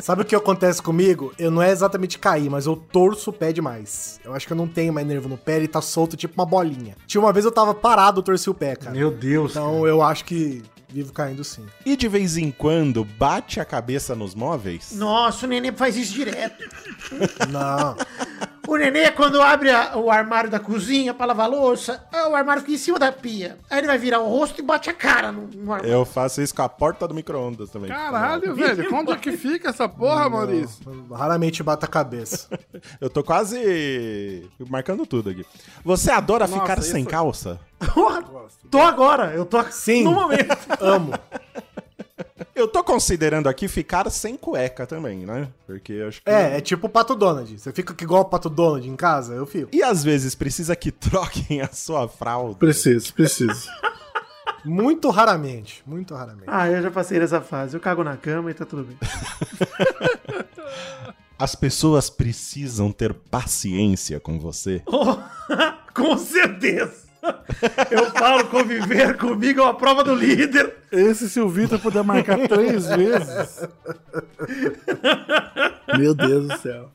Speaker 4: Sabe o que acontece comigo? Eu não é exatamente cair, mas eu torço o pé demais. Eu acho que eu não tenho mais nervo no pé, ele tá solto tipo uma bolinha. Tinha uma vez eu tava parado, eu torci o pé, cara.
Speaker 2: Deus.
Speaker 4: Então eu acho que vivo caindo sim.
Speaker 3: E de vez em quando bate a cabeça nos móveis?
Speaker 2: Nossa, o neném faz isso direto.
Speaker 4: Não.
Speaker 2: <laughs>
Speaker 4: <laughs>
Speaker 2: O nenê, quando abre a- o armário da cozinha pra lavar louça, ah, o armário fica em cima da pia. Aí ele vai virar o rosto e bate a cara no, no armário.
Speaker 3: Eu faço isso com a porta do micro-ondas também.
Speaker 5: <laughs> Caralho, velho. Onde é que fica essa porra, Maurício?
Speaker 4: eu raramente bato a cabeça.
Speaker 3: Eu tô quase marcando tudo aqui. Você adora
Speaker 5: Nossa,
Speaker 3: ficar
Speaker 5: isso-
Speaker 3: sem calça?
Speaker 2: Porra, tô agora, eu tô
Speaker 4: Sim.
Speaker 2: no momento.
Speaker 4: Amo.
Speaker 3: Eu tô considerando aqui ficar sem cueca também, né? Porque eu acho que.
Speaker 4: É, é tipo o Pato Donald. Você fica igual o Pato Donald em casa? Eu fico.
Speaker 3: E às vezes precisa que <laughs> troquem a sua fralda.
Speaker 5: Preciso, preciso.
Speaker 4: Muito raramente, muito raramente.
Speaker 2: Ah, eu já passei dessa fase. Eu cago na cama e tá tudo <laughs> bem.
Speaker 3: As pessoas precisam ter paciência com você.
Speaker 2: Oh, <laughs> com certeza. Eu falo conviver comigo é uma prova do líder.
Speaker 5: Esse se o Vitor puder marcar três vezes. <laughs> Meu Deus do céu.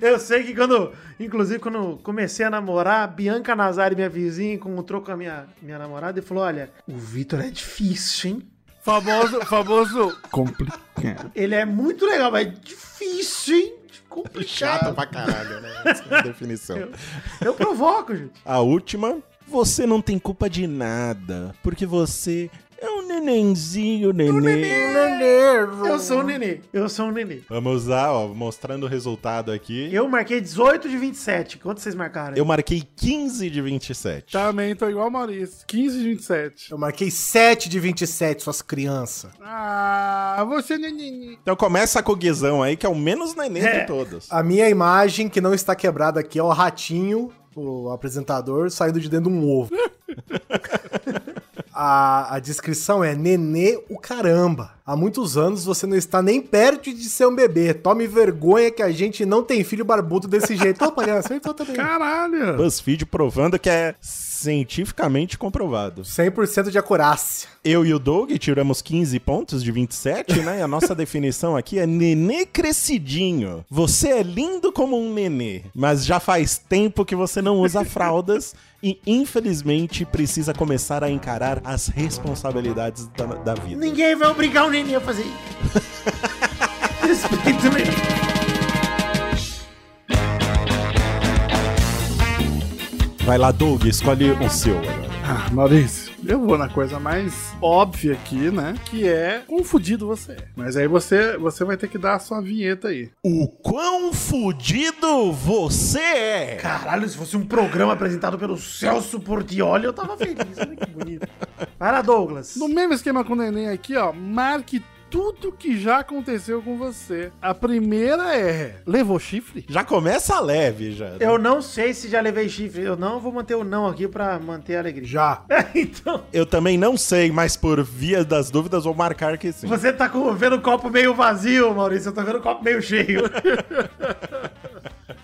Speaker 2: Eu sei que quando, inclusive, quando comecei a namorar, a Bianca Nazari, minha vizinha, encontrou com a minha, minha namorada e falou: Olha, o Vitor é difícil, hein?
Speaker 5: Famoso, famoso. Complicado.
Speaker 2: Ele é muito legal, mas é difícil, hein? Complicado.
Speaker 3: pra caralho, né? Essa é a definição.
Speaker 2: Eu provoco, gente.
Speaker 3: A última, você não tem culpa de nada, porque você é um nenenzinho, neném.
Speaker 2: Eu sou um nenê. Eu sou um nenê.
Speaker 3: Vamos lá, ó, mostrando o resultado aqui.
Speaker 2: Eu marquei 18 de 27. Quanto vocês marcaram?
Speaker 3: Eu marquei 15 de 27.
Speaker 5: Também tô é igual o Maurício. 15 de 27.
Speaker 4: Eu marquei 7 de 27, suas crianças.
Speaker 5: Ah, você neném.
Speaker 3: Então começa com o Guizão aí, que é o menos neném de todos.
Speaker 4: A minha imagem, que não está quebrada aqui, é o ratinho, o apresentador, saindo de dentro de um ovo. a, a descrição é Nenê o caramba. Há muitos anos você não está nem perto de ser um bebê. Tome vergonha que a gente não tem filho barbudo desse jeito. Opa, ele acertou também.
Speaker 5: Caralho.
Speaker 3: BuzzFeed provando que é cientificamente comprovado.
Speaker 4: 100% de acurácia.
Speaker 3: Eu e o Doug tiramos 15 pontos de 27, né? E a <laughs> nossa definição aqui é nenê crescidinho. Você é lindo como um nenê, mas já faz tempo que você não <laughs> usa fraldas e infelizmente precisa começar a encarar as responsabilidades da, da vida.
Speaker 2: Ninguém vai obrigar o nenê a fazer isso. Respeita o nenê.
Speaker 3: Vai lá, Doug, escolhe o seu. agora.
Speaker 5: Ah, Maurício, eu vou na coisa mais óbvia aqui, né? Que é quão fudido você é. Mas aí você, você vai ter que dar a sua vinheta aí.
Speaker 3: O quão fudido você é!
Speaker 2: Caralho, se fosse um programa apresentado pelo Celso Portioli, eu tava feliz. Olha que bonito. Vai lá, Douglas.
Speaker 5: No mesmo esquema com o neném aqui, ó, marque tudo que já aconteceu com você. A primeira é: levou chifre?
Speaker 3: Já começa leve, já.
Speaker 2: Eu não sei se já levei chifre. Eu não vou manter o não aqui pra manter a alegria.
Speaker 4: Já.
Speaker 2: então,
Speaker 3: Eu também não sei, mas por via das dúvidas vou marcar que
Speaker 2: <laughs>
Speaker 3: sim.
Speaker 2: você tá com- vendo o copo meio vazio, Maurício. Eu tô vendo o copo meio
Speaker 5: <laughs>
Speaker 2: cheio.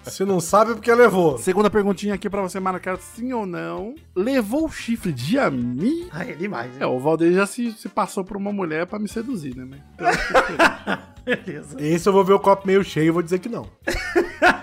Speaker 4: Se não sabe, é porque levou.
Speaker 5: Segunda perguntinha aqui pra você marcar sim ou não. Levou chifre de amigo?
Speaker 2: Ai, é demais, né?
Speaker 5: É, o Valdeir já se, se passou por uma mulher pra me seduzir, né? Mas...
Speaker 2: Beleza.
Speaker 4: Esse eu vou ver o copo meio cheio e vou dizer que não.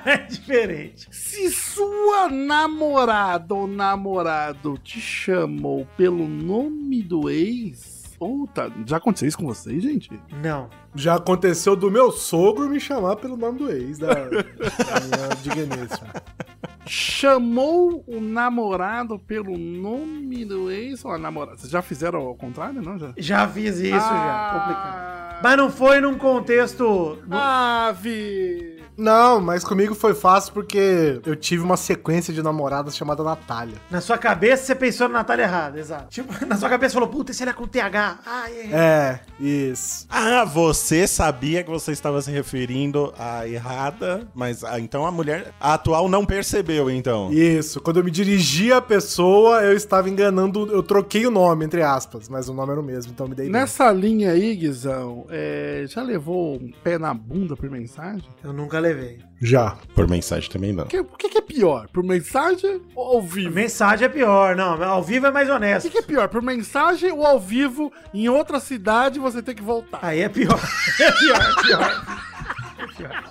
Speaker 2: É diferente.
Speaker 5: Se sua namorada ou namorado te chamou pelo nome do ex. Puta, já aconteceu isso com vocês, gente?
Speaker 2: Não.
Speaker 4: Já aconteceu do meu sogro me chamar pelo nome do ex da, da minha digníssima.
Speaker 5: Chamou o namorado pelo nome do ex ou a namorada? Vocês já fizeram ao contrário, não? Já?
Speaker 2: Já fiz isso, já. Complicado.
Speaker 5: Ah,
Speaker 2: Mas não foi num contexto. no-
Speaker 5: Ah, Vi!
Speaker 4: Não, mas comigo foi fácil porque eu tive uma sequência de namoradas chamada Natália.
Speaker 2: Na sua cabeça, você pensou na Natália errada, exato. Tipo, <laughs> na sua cabeça, você falou, puta, esse ele é com TH. Ah, é.
Speaker 4: É, isso.
Speaker 3: Ah, você sabia que você estava se referindo à errada, mas ah, então a mulher a atual não percebeu, então.
Speaker 4: Isso. Quando eu me dirigi à pessoa, eu estava enganando. Eu troquei o nome, entre aspas, mas o nome era o mesmo, então me dei bem.
Speaker 5: Nessa linha aí, Guizão, é, já levou um pé na bunda por mensagem?
Speaker 2: Eu nunca levei.
Speaker 4: Já.
Speaker 3: Por mensagem também não.
Speaker 5: Que- O que, que é pior? Por mensagem ou ao
Speaker 2: E
Speaker 5: vivo?
Speaker 2: Mensagem é pior, não. Ao vivo é mais
Speaker 5: O que,
Speaker 2: honesto.
Speaker 5: que é pior? Por mensagem ou ao vivo em outra cidade você tem que voltar?
Speaker 2: Aí é pior. <laughs> É pior, é pior.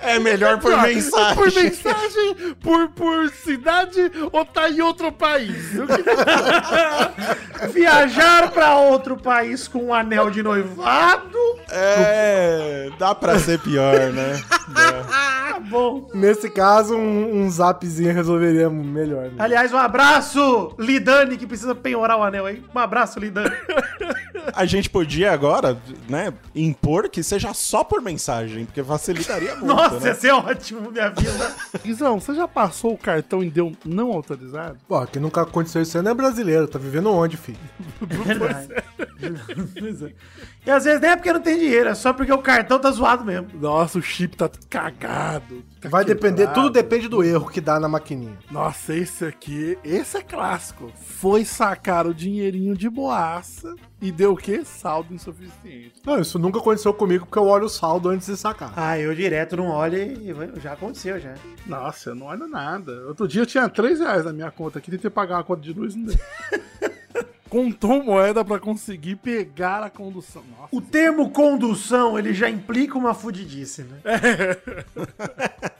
Speaker 3: É melhor por
Speaker 5: Pior,
Speaker 3: mensagem.
Speaker 5: Por mensagem, por, por cidade ou tá em outro país? O que que é
Speaker 2: Viajar pra outro país com um anel de noivado?
Speaker 3: É, dá pra ser pior, né?
Speaker 2: Tá bom.
Speaker 4: Nesse caso, um, um zapzinho resolveria melhor. né?
Speaker 2: Aliás, um abraço, Lidane, que precisa penhorar o anel aí. Um abraço, Lidane.
Speaker 3: A gente podia agora, né, impor que seja só por mensagem, porque facilitaria muito,
Speaker 2: Nossa,
Speaker 3: né?
Speaker 2: ia ser ótimo, minha vida.
Speaker 5: Guizão, você já passou o cartão e deu não autorizado?
Speaker 4: Pô, quem nunca aconteceu isso aí não é brasileiro, tá vivendo onde, filho?
Speaker 2: Verdade. <laughs> Pois é. E às vezes nem é porque não tem dinheiro, é só porque o cartão tá zoado mesmo.
Speaker 5: Nossa, o chip tá cagado. tá
Speaker 4: Vai depender,
Speaker 5: quebrado.
Speaker 4: tudo depende do erro que dá na maquininha.
Speaker 5: Nossa, esse aqui, esse é clássico. Foi sacar o dinheirinho de boaça e deu o quê? Saldo insuficiente.
Speaker 4: Não, isso nunca aconteceu comigo porque eu olho o saldo antes de sacar.
Speaker 2: Ah, eu direto não olho e e já aconteceu já.
Speaker 5: Nossa, eu não olho nada. Outro dia eu tinha 3 reais na minha conta aqui, tentei pagar uma conta de luz, não <laughs> deu. Contou moeda pra conseguir pegar a condução. Nossa.
Speaker 2: O termo condução, ele já implica uma fudidice, né?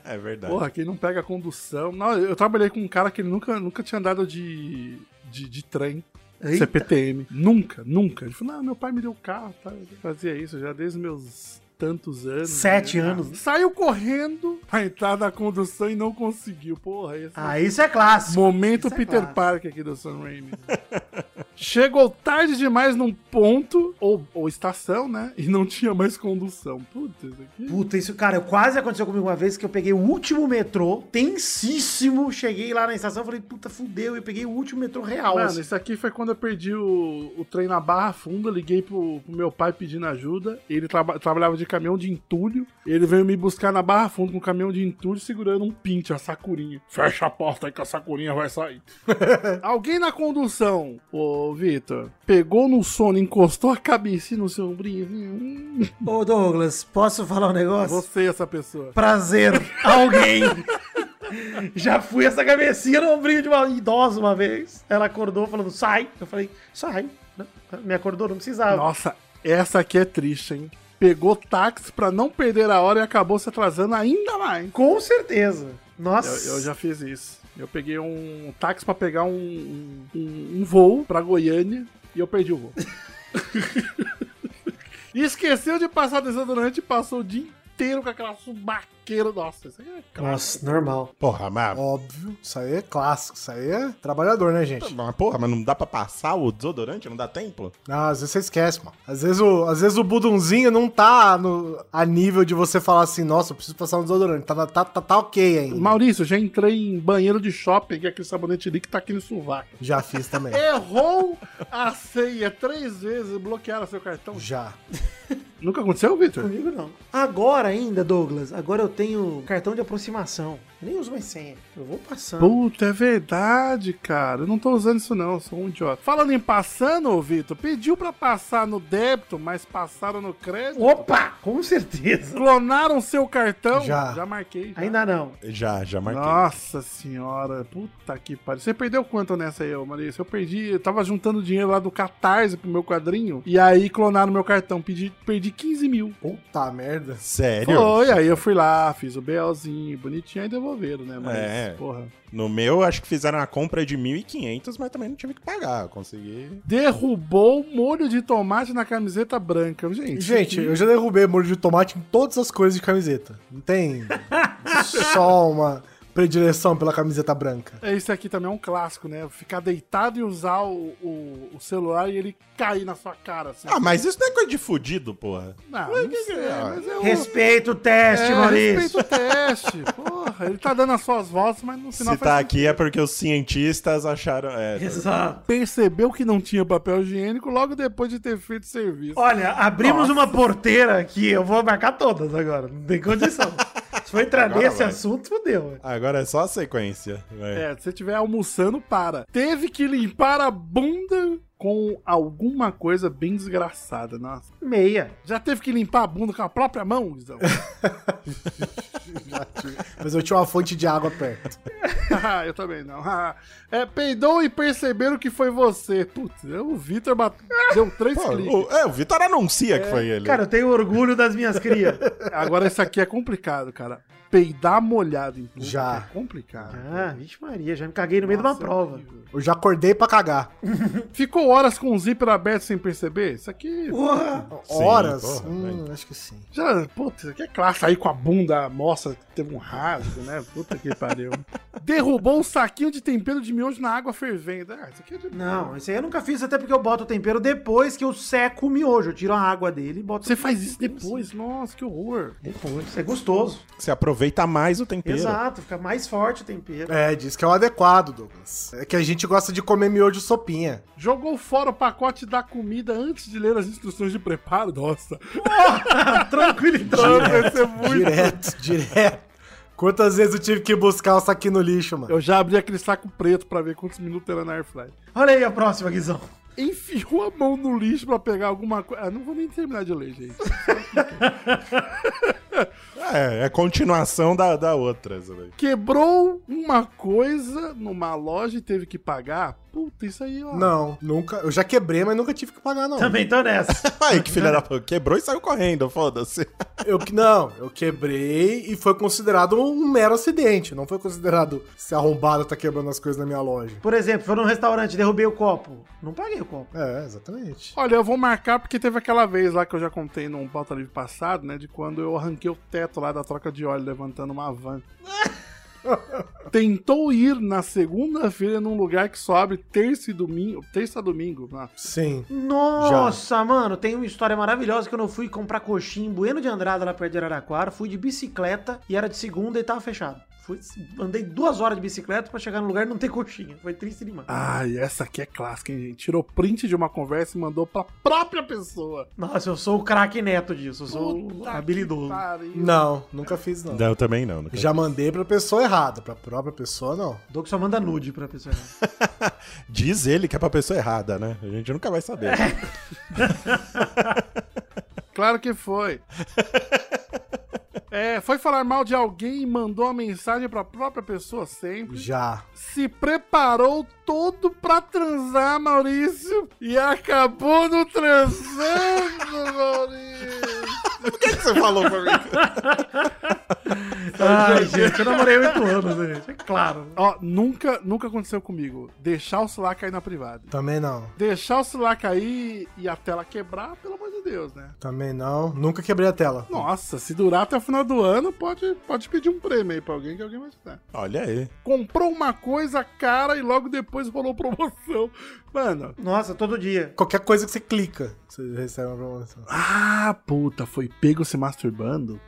Speaker 3: É verdade.
Speaker 5: Porra, quem não pega a condução. Não, eu trabalhei com um cara que ele nunca, nunca tinha andado de, de, de trem.
Speaker 2: Eita.
Speaker 5: CPTM. Nunca, nunca. Ele falou: não, meu pai me deu carro, tá? Eu fazia isso já desde meus tantos anos.
Speaker 2: Sete
Speaker 5: né?
Speaker 2: anos.
Speaker 5: Saiu correndo pra entrar na condução e não conseguiu. Porra, esse.
Speaker 2: Ah, isso é clássico.
Speaker 5: Momento
Speaker 2: Isso é
Speaker 5: Peter
Speaker 2: clássico.
Speaker 5: Parker aqui do Sam Raimi. Chegou tarde demais num ponto, ou, ou estação, né? E não tinha mais condução. Puta, isso aqui.
Speaker 2: Puta, isso, cara, quase aconteceu comigo uma vez que eu peguei o último metrô, tensíssimo, cheguei lá na estação, falei, puta, fudeu, eu peguei o último metrô real.
Speaker 5: Mano,
Speaker 2: assim.
Speaker 5: isso aqui foi quando eu perdi o, o trem na Barra Funda, liguei pro, pro meu pai pedindo ajuda. Ele traba- trabalhava de caminhão de entulho. Ele veio me buscar na Barra Funda com um caminhão de entulho segurando um pinte, a sacurinha. Fecha a porta aí que a sacurinha vai <laughs> sair. Alguém na condução, ô Vitor, pegou no sono, encostou a cabecinha no seu ombrinho. Hum,
Speaker 2: Ô, Douglas, posso falar um negócio?
Speaker 5: Você, essa pessoa.
Speaker 2: Prazer, <laughs> alguém. Já fui essa cabecinha no ombrinho de uma idosa uma vez. Ela acordou falando, sai. Eu falei, sai. Me acordou, não precisava.
Speaker 5: Nossa, essa aqui é triste, hein? Pegou táxi pra não perder a hora e acabou se atrasando ainda mais.
Speaker 2: Com certeza. Nossa.
Speaker 5: Eu, eu já fiz isso. Eu peguei um táxi pra pegar um, um, um voo pra Goiânia e eu perdi o voo. e <laughs> esqueceu de passar desodorante e passou o dia inteiro com aquela subaqueira. Nossa, isso aí é clássico.
Speaker 2: Nossa, normal.
Speaker 3: Porra, mas.
Speaker 4: Óbvio, isso aí é clássico, isso aí é trabalhador, né, gente?
Speaker 3: Mas, porra, mas não dá pra passar o desodorante? Não dá tempo?
Speaker 4: Ah, às vezes você esquece, mano. Às vezes o, às vezes o budunzinho não tá no, a nível de você falar assim, nossa, eu preciso passar um desodorante. Tá, na- tá, tá, tá ok ainda.
Speaker 5: Maurício, já entrei em banheiro de shopping, que é aquele sabonete ali que tá aqui no sovaco.
Speaker 4: Já
Speaker 3: <laughs>
Speaker 4: fiz também.
Speaker 5: Errou a senha três vezes e bloquearam seu cartão.
Speaker 4: Já.
Speaker 5: Nunca aconteceu, Victor?
Speaker 2: Comigo não. Agora ainda, Douglas, agora eu tenho cartão de aproximação. Eu nem uso mais senha. Eu vou passando.
Speaker 5: Puta, é verdade, cara. Eu não tô usando isso não, eu sou um idiota. Falando em passando, ô Vitor, pediu pra passar no débito, mas passaram no crédito.
Speaker 2: Opa! Com certeza.
Speaker 5: Clonaram seu cartão.
Speaker 4: Já.
Speaker 5: marquei. já.
Speaker 2: Ainda não.
Speaker 3: Já, já marquei.
Speaker 5: Nossa senhora, puta que pariu. Você perdeu quanto nessa aí, ô Marisa? Eu perdi, eu tava juntando dinheiro lá do Catarse pro meu quadrinho, e aí clonaram meu cartão, pedi, perdi 15 mil.
Speaker 4: Puta merda.
Speaker 3: Sério?
Speaker 5: Foi, aí eu fui lá, fiz o BLzinho, bonitinho, aí devolveram, né? Mas,
Speaker 3: É.
Speaker 5: porra,
Speaker 3: No meu, acho que fizeram a compra de 1.500, mas também não tive que pagar. eu Consegui.
Speaker 5: derrubou o molho de tomate na camiseta branca. Gente,
Speaker 4: Gente, eu já derrubei molho de tomate em todas as cores de camiseta.
Speaker 3: <laughs>
Speaker 4: Não tem só uma predileção pela camiseta branca.
Speaker 5: é, esse aqui também é um clássico, né? Ficar deitado e usar o, o- o celular e ele cair na sua cara, assim.
Speaker 3: Ah, mas isso não é coisa de fudido, porra.
Speaker 5: não, não sei, mas é o...
Speaker 2: Respeita o teste,
Speaker 5: é,
Speaker 2: Maurício.
Speaker 5: respeita o teste. Porra, ele tá dando as suas vozes, mas no final assim.
Speaker 3: Se tá aqui é porque os cientistas acharam. É,
Speaker 2: Exato.
Speaker 5: Percebeu que não tinha papel higiênico logo depois de ter feito serviço.
Speaker 2: Olha, abrimos uma porteira aqui. Eu vou marcar todas agora. Não tem condição. Se for entrar
Speaker 3: Agora
Speaker 2: nesse
Speaker 3: vai.
Speaker 2: assunto, fodeu.
Speaker 3: agora é só a sequência. vai.
Speaker 5: É, se você estiver almoçando, para. Teve que limpar a bunda com alguma coisa bem desgraçada, nossa.
Speaker 2: Meia.
Speaker 5: Já teve que limpar a bunda com a própria mão, Guizão?
Speaker 4: Mas eu tinha uma fonte de água perto.
Speaker 5: Ah, <laughs> eu também não. Ah, é, peidou e perceberam que foi você. Putz, o Vitor bate- deu três
Speaker 3: Pô,
Speaker 5: cliques.
Speaker 3: o, é, o Vitor anuncia que foi ele.
Speaker 2: É, Cara, eu tenho orgulho das minhas crias.
Speaker 5: Agora esse aqui é complicado, cara. Peidar molhado em público
Speaker 4: Já.
Speaker 5: É complicado.
Speaker 2: Ah, vixe Maria, já me caguei no meio
Speaker 5: Nossa,
Speaker 2: de uma prova.
Speaker 5: horrível.
Speaker 4: Eu já acordei pra cagar.
Speaker 5: Ficou horas com o zíper aberto sem perceber? Isso aqui.
Speaker 2: Porra!
Speaker 3: Sim,
Speaker 4: Horas?
Speaker 3: porra,
Speaker 4: hum, acho que sim.
Speaker 5: Já, putz, isso aqui é clássico. Aí com a bunda moça, teve um rasgo, né? Puta que pariu. Derrubou um saquinho de tempero de miojo na água fervendo. Ah, isso aqui é de.
Speaker 2: Não, isso aí eu nunca fiz, até porque eu boto o tempero depois que eu seco o miojo. Eu tiro a água dele e boto.
Speaker 5: Você faz isso depois? Nossa, que horror.
Speaker 2: Depois, isso é gostoso.
Speaker 3: Você aproveita mais o tempero.
Speaker 2: Exato, fica mais
Speaker 4: <laughs>
Speaker 2: forte o tempero.
Speaker 4: É, diz que é o adequado, Douglas. É que a gente gosta de comer miojo sopinha.
Speaker 5: Jogou fora o pacote da comida antes de ler as instruções de preparo? Nossa.
Speaker 2: Tranquilidade.
Speaker 5: Vai ser muito.
Speaker 4: Direto, direto. Quantas vezes eu tive que buscar o saquinho no lixo, mano?
Speaker 5: Eu já abri aquele saco preto pra ver quantos minutos era na Airfly.
Speaker 2: <laughs> Olha aí a próxima, Guizão.
Speaker 5: Enfiou a mão no lixo pra pegar alguma coisa. Ah, não vou nem terminar de ler, gente.
Speaker 3: É, é continuação da, da outra. essa daí.
Speaker 5: Quebrou uma coisa numa loja e teve que pagar? Puta, isso aí, ó.
Speaker 4: Não, nunca. Eu já quebrei, mas nunca tive que pagar, não.
Speaker 2: Também tô nessa.
Speaker 3: Ai, que filha da puta. Quebrou e saiu correndo, foda-se.
Speaker 4: Eu, que- não, eu quebrei e foi considerado um mero acidente. Não foi considerado se arrombado tá quebrando as coisas na minha loja.
Speaker 2: Por exemplo, foi num restaurante, derrubei o copo. Não paguei o copo.
Speaker 4: É, exatamente.
Speaker 5: Olha, eu vou marcar porque teve aquela vez lá que eu já contei num pauta livre passado, né? De quando eu arranquei o teto lá da troca de óleo levantando uma van. Tentou ir na segunda-feira num lugar que só abre terça e domingo. Terça a domingo. Ah,
Speaker 4: Sim.
Speaker 2: Nossa, mano, tem uma história maravilhosa que eu não fui comprar coxinha em Bueno de Andrada, lá perto de Araraquara. Fui de bicicleta e era de segunda e tava fechado. Fui, andei duas horas de bicicleta pra chegar no lugar e não ter coxinha. Foi triste demais.
Speaker 5: Ai, essa aqui é clássica, hein, gente? Tirou print de uma conversa e mandou pra própria pessoa.
Speaker 2: Nossa, eu sou o craque neto disso. Eu sou o
Speaker 5: Puta que
Speaker 2: habilidoso.
Speaker 5: pariu.
Speaker 4: Não, nunca fiz, não.
Speaker 3: eu também não. nunca-
Speaker 4: Já mandei pra pessoa errada. Pra própria pessoa, não.
Speaker 2: Doug só manda nude pra pessoa.
Speaker 3: Diz ele que é pra pessoa errada, né? A gente nunca vai saber.
Speaker 2: É.
Speaker 5: Claro que foi. É, foi falar mal de alguém e mandou a mensagem pra própria pessoa sempre.
Speaker 4: Já.
Speaker 5: se preparou todo pra transar, Maurício, e acabou não transando, <laughs> Maurício.
Speaker 3: Por que, que você falou pra mim?
Speaker 2: Ai, gente, eu namorei oito anos, né, gente. É claro.
Speaker 5: Ó, nunca, nunca aconteceu comigo. Deixar o celular cair na privada.
Speaker 4: Também não.
Speaker 5: Deixar o celular cair e a tela quebrar, pelo amor de Deus, né?
Speaker 4: Também não. Nunca quebrei a tela.
Speaker 5: Nossa, se durar até o final do ano, pode, pode pedir um prêmio aí pra alguém que alguém vai te dar.
Speaker 3: <laughs> Olha aí.
Speaker 5: Comprou uma coisa cara e logo depois rolou promoção. Mano,
Speaker 2: Nossa, todo dia.
Speaker 4: Qualquer coisa que você clica, você recebe uma promoção.
Speaker 5: ah, puta, foi pego se masturbando?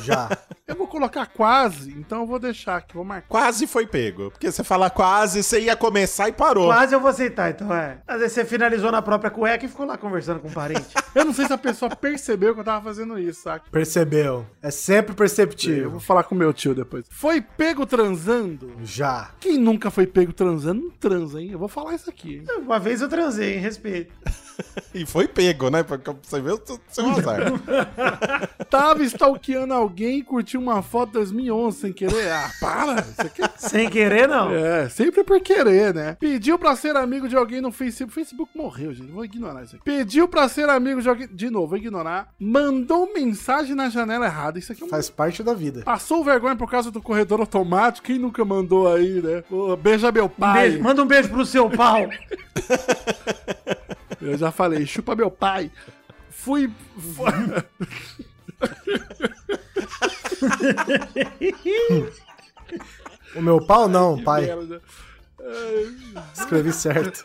Speaker 4: Já.
Speaker 5: Eu vou colocar quase, então eu vou deixar aqui, vou marcar.
Speaker 3: Quase foi pego. Porque você fala quase, você ia começar e parou.
Speaker 2: Quase eu vou aceitar, então é. Às vezes você finalizou na própria cueca e ficou lá conversando com um parente.
Speaker 5: Eu não sei se a pessoa percebeu que eu tava fazendo isso, saca?
Speaker 4: Percebeu. É sempre
Speaker 5: Eu vou
Speaker 4: perceptível.
Speaker 5: falar com meu tio depois. Foi pego transando?
Speaker 4: Já.
Speaker 5: Quem nunca foi pego transando, não transa, hein? Eu vou falar isso aqui, hein?
Speaker 2: Uma vez eu transei, hein? Respeito.
Speaker 3: E foi pego, né? Pra você ver o seu- seu azar.
Speaker 5: Tava stalkeando alguém e curtiu uma foto de 2011 sem querer. Ah, para! Isso aqui é...
Speaker 2: Sem querer, não.
Speaker 5: <laughs> É, sempre por querer, né? Pediu pra ser amigo de alguém no Facebook. Facebook morreu, gente. Vou ignorar isso aqui. Pediu pra ser amigo de alguém. De novo, vou ignorar. Mandou mensagem na janela errada. Isso aqui é um
Speaker 4: Faz parte da vida.
Speaker 5: Passou vergonha por causa do corredor automático. Quem nunca mandou aí, né? Ô, beija meu pai.
Speaker 2: Beijo, manda um beijo pro seu pau.
Speaker 5: Eu já falei, chupa meu pai. Fui. <laughs> fu-
Speaker 4: O meu pau não, pai.
Speaker 5: Merda.
Speaker 4: Escrevi certo.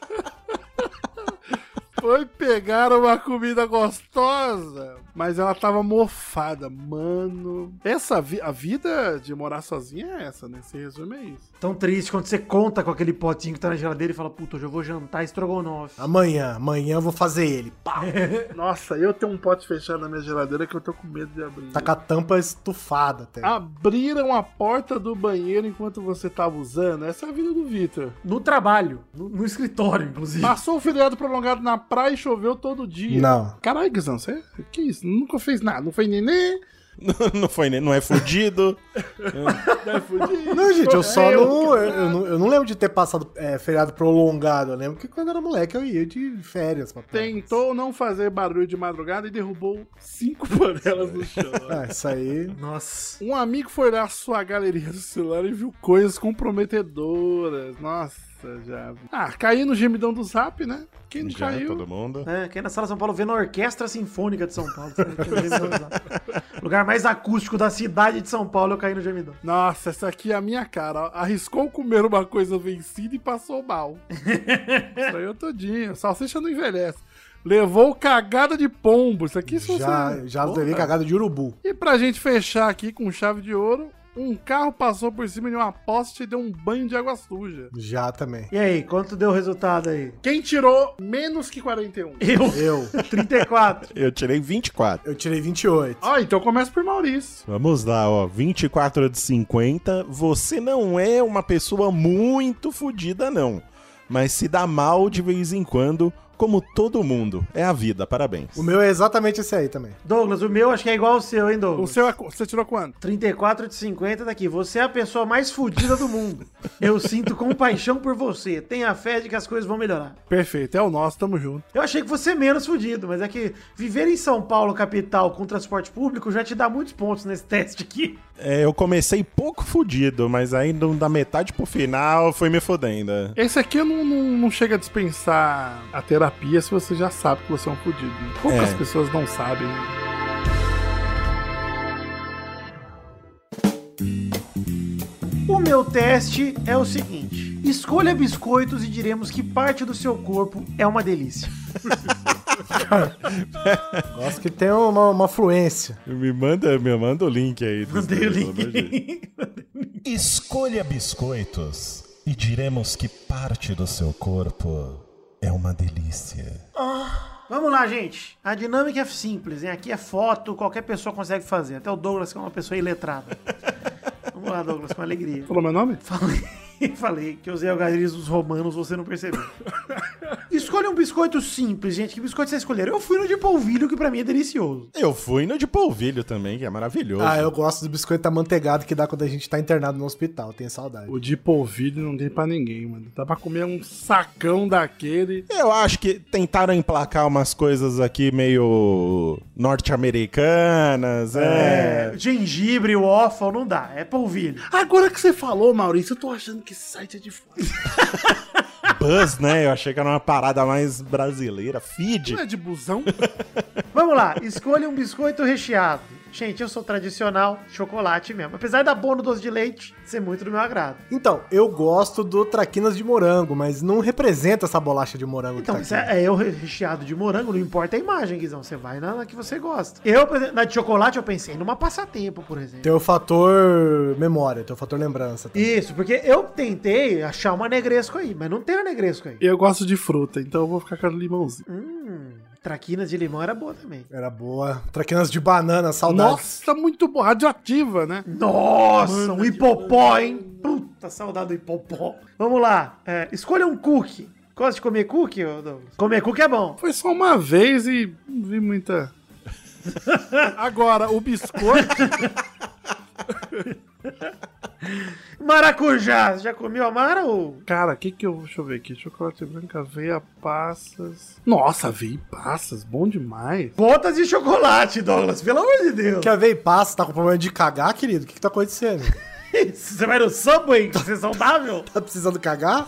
Speaker 5: Foi pegar uma comida gostosa. Mas ela tava mofada, mano. Essa vi- a vida de morar sozinha é essa, né? Se resume a isso.
Speaker 2: <laughs> Tão triste quando você conta com aquele potinho que tá na geladeira e fala, puta, hoje eu vou jantar estrogonofe.
Speaker 4: Amanhã, amanhã eu vou fazer ele. Pá,
Speaker 5: Nossa, eu tenho um pote fechado na minha geladeira que eu tô com medo de abrir.
Speaker 4: Tá com a tampa estufada até.
Speaker 5: Abriram a porta do banheiro enquanto você tava usando. Essa é a vida do Victor.
Speaker 2: No trabalho, no, no escritório, inclusive.
Speaker 5: Passou o feriado prolongado na praia e choveu todo dia.
Speaker 4: Não.
Speaker 5: Caralho, Guizão, você. Que isso? Nunca fez nada. Não foi neném.
Speaker 3: Não foi nem, não é fudido.
Speaker 5: É,
Speaker 4: Não, gente, eu só
Speaker 5: Eu-
Speaker 4: não. Eu, eu não, eu não lembro de ter passado é, feriado prolongado. Eu lembro que quando eu era moleque eu ia de férias pra praia.
Speaker 5: Tentou não fazer barulho de madrugada e derrubou cinco <laughs> panelas no chão.
Speaker 4: Ah, isso aí.
Speaker 2: Nossa.
Speaker 5: Um amigo foi olhar a sua galeria do celular e viu coisas comprometedoras. Nossa, já. Ah, caiu no gemidão do zap, né? Quem não
Speaker 3: Já,
Speaker 5: caiu?
Speaker 3: todo mundo.
Speaker 2: É, aqui na Sala São Paulo vendo a Orquestra Sinfônica de São Paulo. Sabe? Que <laughs> às vezes eu usava. Lugar mais acústico da cidade de São Paulo, eu caí no gemidão.
Speaker 5: Nossa, essa aqui é a minha cara. ó. Arriscou comer uma coisa vencida e passou <laughs> mal. Isso aí eu todinho. Salsicha não envelhece. Levou cagada de pombo. Isso aqui se
Speaker 4: Já,
Speaker 5: você- é
Speaker 4: já
Speaker 5: Porra.
Speaker 4: levei cagada de urubu.
Speaker 5: E pra gente fechar aqui com chave de ouro, Um carro passou por cima de uma poste e deu um banho de água suja.
Speaker 4: Já também.
Speaker 2: E aí, quanto deu o resultado aí?
Speaker 5: Quem tirou menos que 41?
Speaker 2: Eu,
Speaker 4: Eu.
Speaker 2: 34.
Speaker 3: Eu tirei 24.
Speaker 4: Eu tirei 28.
Speaker 5: Ó, então começa por Maurício.
Speaker 3: Vamos lá, ó. 24 de 50. Você não é uma pessoa muito fodida, não. Mas se dá mal de vez em quando, como todo mundo. É a vida, parabéns.
Speaker 4: O meu é exatamente esse aí também.
Speaker 2: Douglas, o meu acho que é igual ao seu, hein,
Speaker 5: O
Speaker 2: Douglas?
Speaker 5: seu é qu- Você tirou quanto?
Speaker 2: 34 de 50 daqui. Você é a pessoa mais fodida do mundo. Eu sinto compaixão por você. Tenha fé de que as coisas vão melhorar.
Speaker 5: Perfeito, é o nosso, tamo junto.
Speaker 2: Eu achei que você é menos fudido, mas é que viver em São Paulo, capital, com transporte público, já te dá muitos pontos nesse teste aqui.
Speaker 3: É, eu comecei pouco fudido, mas aí do- da metade pro final foi me fodendo. é.
Speaker 5: Esse aqui não, não, não chega a dispensar a terapia se você já sabe que você é um fudido. Poucas
Speaker 3: É.
Speaker 5: pessoas não sabem. né?
Speaker 2: O meu teste é o seguinte: escolha biscoitos e diremos que parte do seu corpo é uma delícia.
Speaker 4: Gosto que tem uma, uma fluência.
Speaker 3: Me manda, me manda o link aí. dos
Speaker 2: Mandei o
Speaker 3: dois, pelo amor de Deus.
Speaker 2: link. <laughs>
Speaker 3: Escolha biscoitos e diremos que parte do seu corpo é uma delícia.
Speaker 2: Vamos lá, gente. A dinâmica é simples, hein? Aqui é foto, qualquer pessoa consegue fazer. Até o Douglas, que é uma pessoa iletrada. Vamos lá, Douglas, com alegria.
Speaker 5: Falou é meu nome?
Speaker 2: Falei, <laughs> falei que eu usei algarismos dos romanos, você não
Speaker 4: <laughs>
Speaker 2: percebeu. Escolha um biscoito simples, gente. Que biscoito você escolheram? Eu fui no de polvilho, que pra mim é delicioso.
Speaker 3: Eu fui no de polvilho também, que é maravilhoso.
Speaker 4: Ah, eu gosto do biscoito amanteigado que dá quando a gente tá internado no hospital. Tenho saudade.
Speaker 5: O de polvilho não tem pra ninguém, mano. Dá pra comer um sacão daquele.
Speaker 3: Eu acho que tentaram emplacar umas coisas aqui meio norte-americanas, é.
Speaker 2: É, gengibre, waffle, não dá. É polvilho.
Speaker 5: Agora que você falou, Maurício, eu tô achando que esse site é de fora.
Speaker 2: É.
Speaker 3: Buzz, né? Eu achei que era uma parada mais brasileira. Feed.
Speaker 5: Não é de busão?
Speaker 2: Vamos lá, escolha um biscoito recheado. Gente, eu sou tradicional, chocolate mesmo. Apesar da boa no doce de leite, ser muito do meu agrado.
Speaker 4: Então, eu gosto do traquinas de morango, mas não representa essa bolacha de morango
Speaker 2: Então,
Speaker 4: que
Speaker 2: isso
Speaker 4: tá aqui.
Speaker 2: é, é eu recheado de morango, não importa a imagem, Guizão. Você vai na, na que você gosta. Eu, por exemplo, na de chocolate, eu pensei numa passatempo, por exemplo.
Speaker 4: Tem o fator memória, tem o fator lembrança. também.
Speaker 2: Isso, porque eu tentei achar uma negresco aí, mas não tem a negresco aí.
Speaker 5: Eu gosto de fruta, então eu vou ficar com a do limãozinho.
Speaker 2: Hum, traquinas de limão era boa também.
Speaker 4: Era boa. Traquinas de banana, saudade.
Speaker 5: Nossa, muito boa. Radioativa, né?
Speaker 2: Nossa, um hipopó, hein? Puta, saudade do hipopó. Vamos lá, é, escolha um cookie. Gosta de comer cookie, ô Douglas? Comer cookie é bom.
Speaker 5: Foi só uma vez e não vi muita. Agora, o biscoito.
Speaker 2: Maracujá, você já comeu amara ou...
Speaker 5: Cara, o que que eu. Deixa eu ver aqui. Chocolate branco, aveia, passas. Nossa, aveia e passas. Bom demais.
Speaker 2: Botas de chocolate, Douglas, pelo amor de Deus.
Speaker 4: Quer ver e passa? Tá com problema de cagar, querido? O que, que tá acontecendo?
Speaker 2: Você vai no Subway, que você é saudável?
Speaker 4: Tá precisando cagar?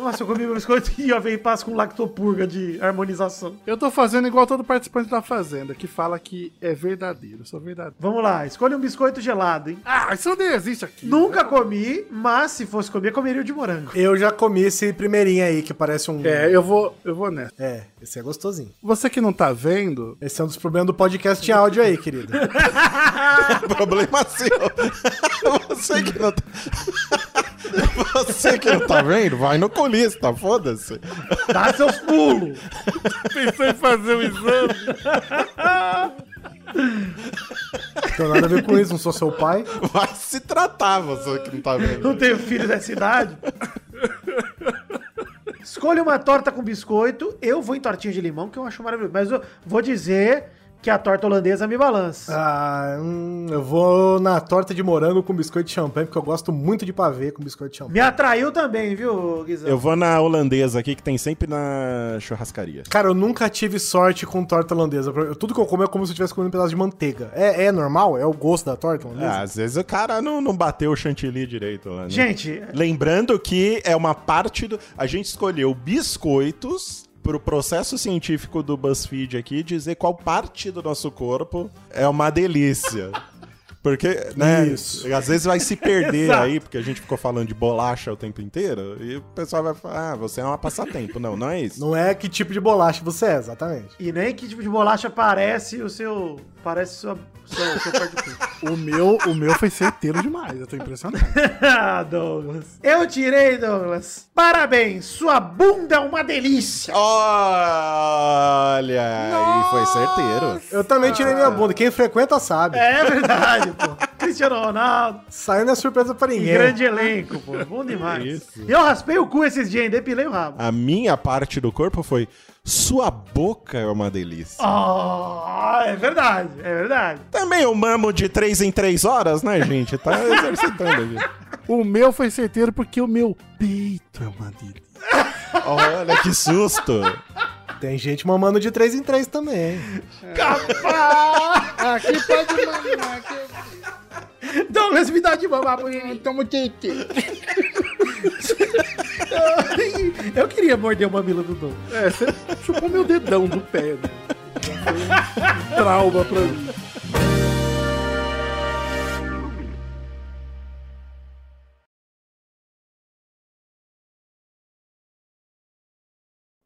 Speaker 2: Nossa, eu comi meu biscoito e aveia e passo com lactopurga de harmonização.
Speaker 5: Eu tô fazendo igual todo participante da Fazenda, que fala que é verdadeiro. Sou verdadeiro.
Speaker 2: Vamos lá, escolha um biscoito gelado, hein?
Speaker 5: Ah, isso não existe aqui.
Speaker 2: Nunca comi, mas se fosse comer, comeria o de morango.
Speaker 4: Eu já comi esse primeirinho aí, que parece um...
Speaker 5: É, eu vou, eu vou nessa.
Speaker 4: É, esse é gostosinho.
Speaker 5: Você que não tá vendo,
Speaker 4: Esse é um dos problemas do podcast em áudio aí, querido.
Speaker 3: Problema <laughs> seu. Você que não tá... Você que não tá vendo, vai no colista, foda-se.
Speaker 2: <laughs> Dá seus pulos!
Speaker 5: pensou em fazer um exame.
Speaker 4: Não tem nada a ver com isso, não sou seu pai.
Speaker 3: Vai se tratar, você que não tá
Speaker 2: Não
Speaker 3: vendo.
Speaker 2: tenho filhos nessa idade. Escolha uma torta com biscoito. Eu vou em tortinha de limão, que eu acho maravilhoso. Mas eu vou dizer que a torta holandesa me balança.
Speaker 4: Ah, hum, eu vou na torta de morango com biscoito de champanhe, porque eu gosto muito de pavê com biscoito de champanhe.
Speaker 2: Me atraiu também, viu, Guizão?
Speaker 3: Eu vou na holandesa aqui, que tem sempre na churrascaria.
Speaker 4: Cara, eu nunca tive sorte com torta holandesa. Eu- Tudo que eu como é como se eu estivesse comendo um pedaço de manteiga. É, é normal? É o gosto da torta
Speaker 3: Ah,
Speaker 4: holandesa?
Speaker 3: às vezes o cara não, não bateu o chantilly direito lá, né?
Speaker 2: Gente,
Speaker 3: Lembrando que é uma parte do. A gente escolheu biscoitos pro processo científico do BuzzFeed aqui dizer qual parte do nosso corpo é uma delícia. Porque, né?
Speaker 4: Isso.
Speaker 3: Às vezes vai se perder
Speaker 2: Exato.
Speaker 3: aí, porque a gente ficou falando de bolacha o tempo inteiro, e o pessoal vai falar, ah, você é uma passatempo. Não, não é isso.
Speaker 4: Não é que tipo de bolacha você é, exatamente.
Speaker 2: E nem que tipo de bolacha parece o seu. Parece sua, seu, seu par de cu.
Speaker 5: O meu, o meu foi certeiro demais, eu tô impressionado.
Speaker 2: <laughs> Ah, Douglas. Eu tirei, Douglas. Parabéns, sua bunda é uma delícia.
Speaker 3: Olha! E foi certeiro.
Speaker 4: Eu também tirei minha bunda, quem frequenta sabe.
Speaker 2: É verdade, pô. Cristiano Ronaldo,
Speaker 4: Saiu não é surpresa pra
Speaker 2: em
Speaker 4: ninguém.
Speaker 2: grande elenco, pô. Bom <laughs> demais.
Speaker 3: Isso.
Speaker 2: E eu raspei o cu esses dias, hein? Depilei o rabo.
Speaker 3: A minha parte do corpo foi, sua boca é uma delícia.
Speaker 2: Ah, é verdade, é verdade.
Speaker 3: Também eu mamo de três em três horas, né, gente? Tá exercitando aqui.
Speaker 5: O meu foi certeiro porque o meu peito é uma delícia.
Speaker 3: <laughs> Olha que susto!
Speaker 4: Tem gente mamando de três em três também.
Speaker 5: Aqui pode mamar, aqui
Speaker 2: Douglas, Então, me dá de mamar por Então, mim.
Speaker 5: toma o
Speaker 2: Eu queria morder o mamilo do Douglas.
Speaker 5: É, você chupou meu dedão do pé, né? Foi um trauma pra mim.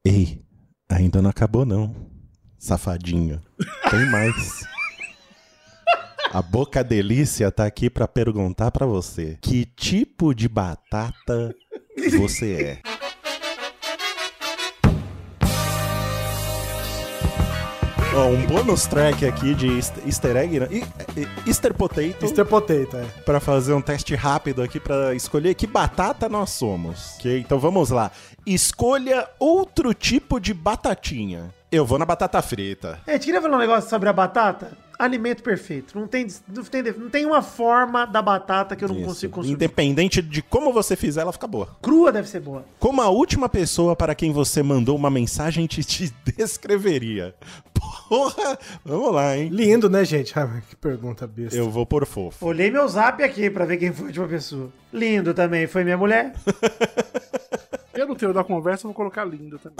Speaker 3: Ei, ainda não acabou não, safadinho. Tem mais. A Boca Delícia tá aqui pra perguntar pra você: que tipo de batata você é? Ó, um bônus track aqui de east- easter egg, né? E- e- Easter potato.
Speaker 4: Mr. Potato, é.
Speaker 3: Pra fazer um teste rápido aqui pra escolher que batata nós somos. Ok, então vamos lá. Escolha outro tipo de batatinha. Eu vou na batata frita.
Speaker 2: É, queria falar um negócio sobre a batata? Alimento perfeito. Não tem, não tem, não tem uma forma da batata que eu não
Speaker 3: Isso.
Speaker 2: consigo consumir.
Speaker 3: Independente de como você fizer, ela fica boa.
Speaker 2: Crua deve ser boa.
Speaker 3: Como a última pessoa para quem você mandou uma mensagem te, te <laughs> descreveria? Porra! Vamos lá, hein?
Speaker 4: Lindo, né, gente? <laughs> Ah, que pergunta besta.
Speaker 3: Eu vou por fofo. <laughs>
Speaker 2: Olhei meu zap aqui pra ver quem foi a última pessoa. Lindo também, foi minha mulher.
Speaker 5: Eu não tenho da conversa, eu vou colocar linda também.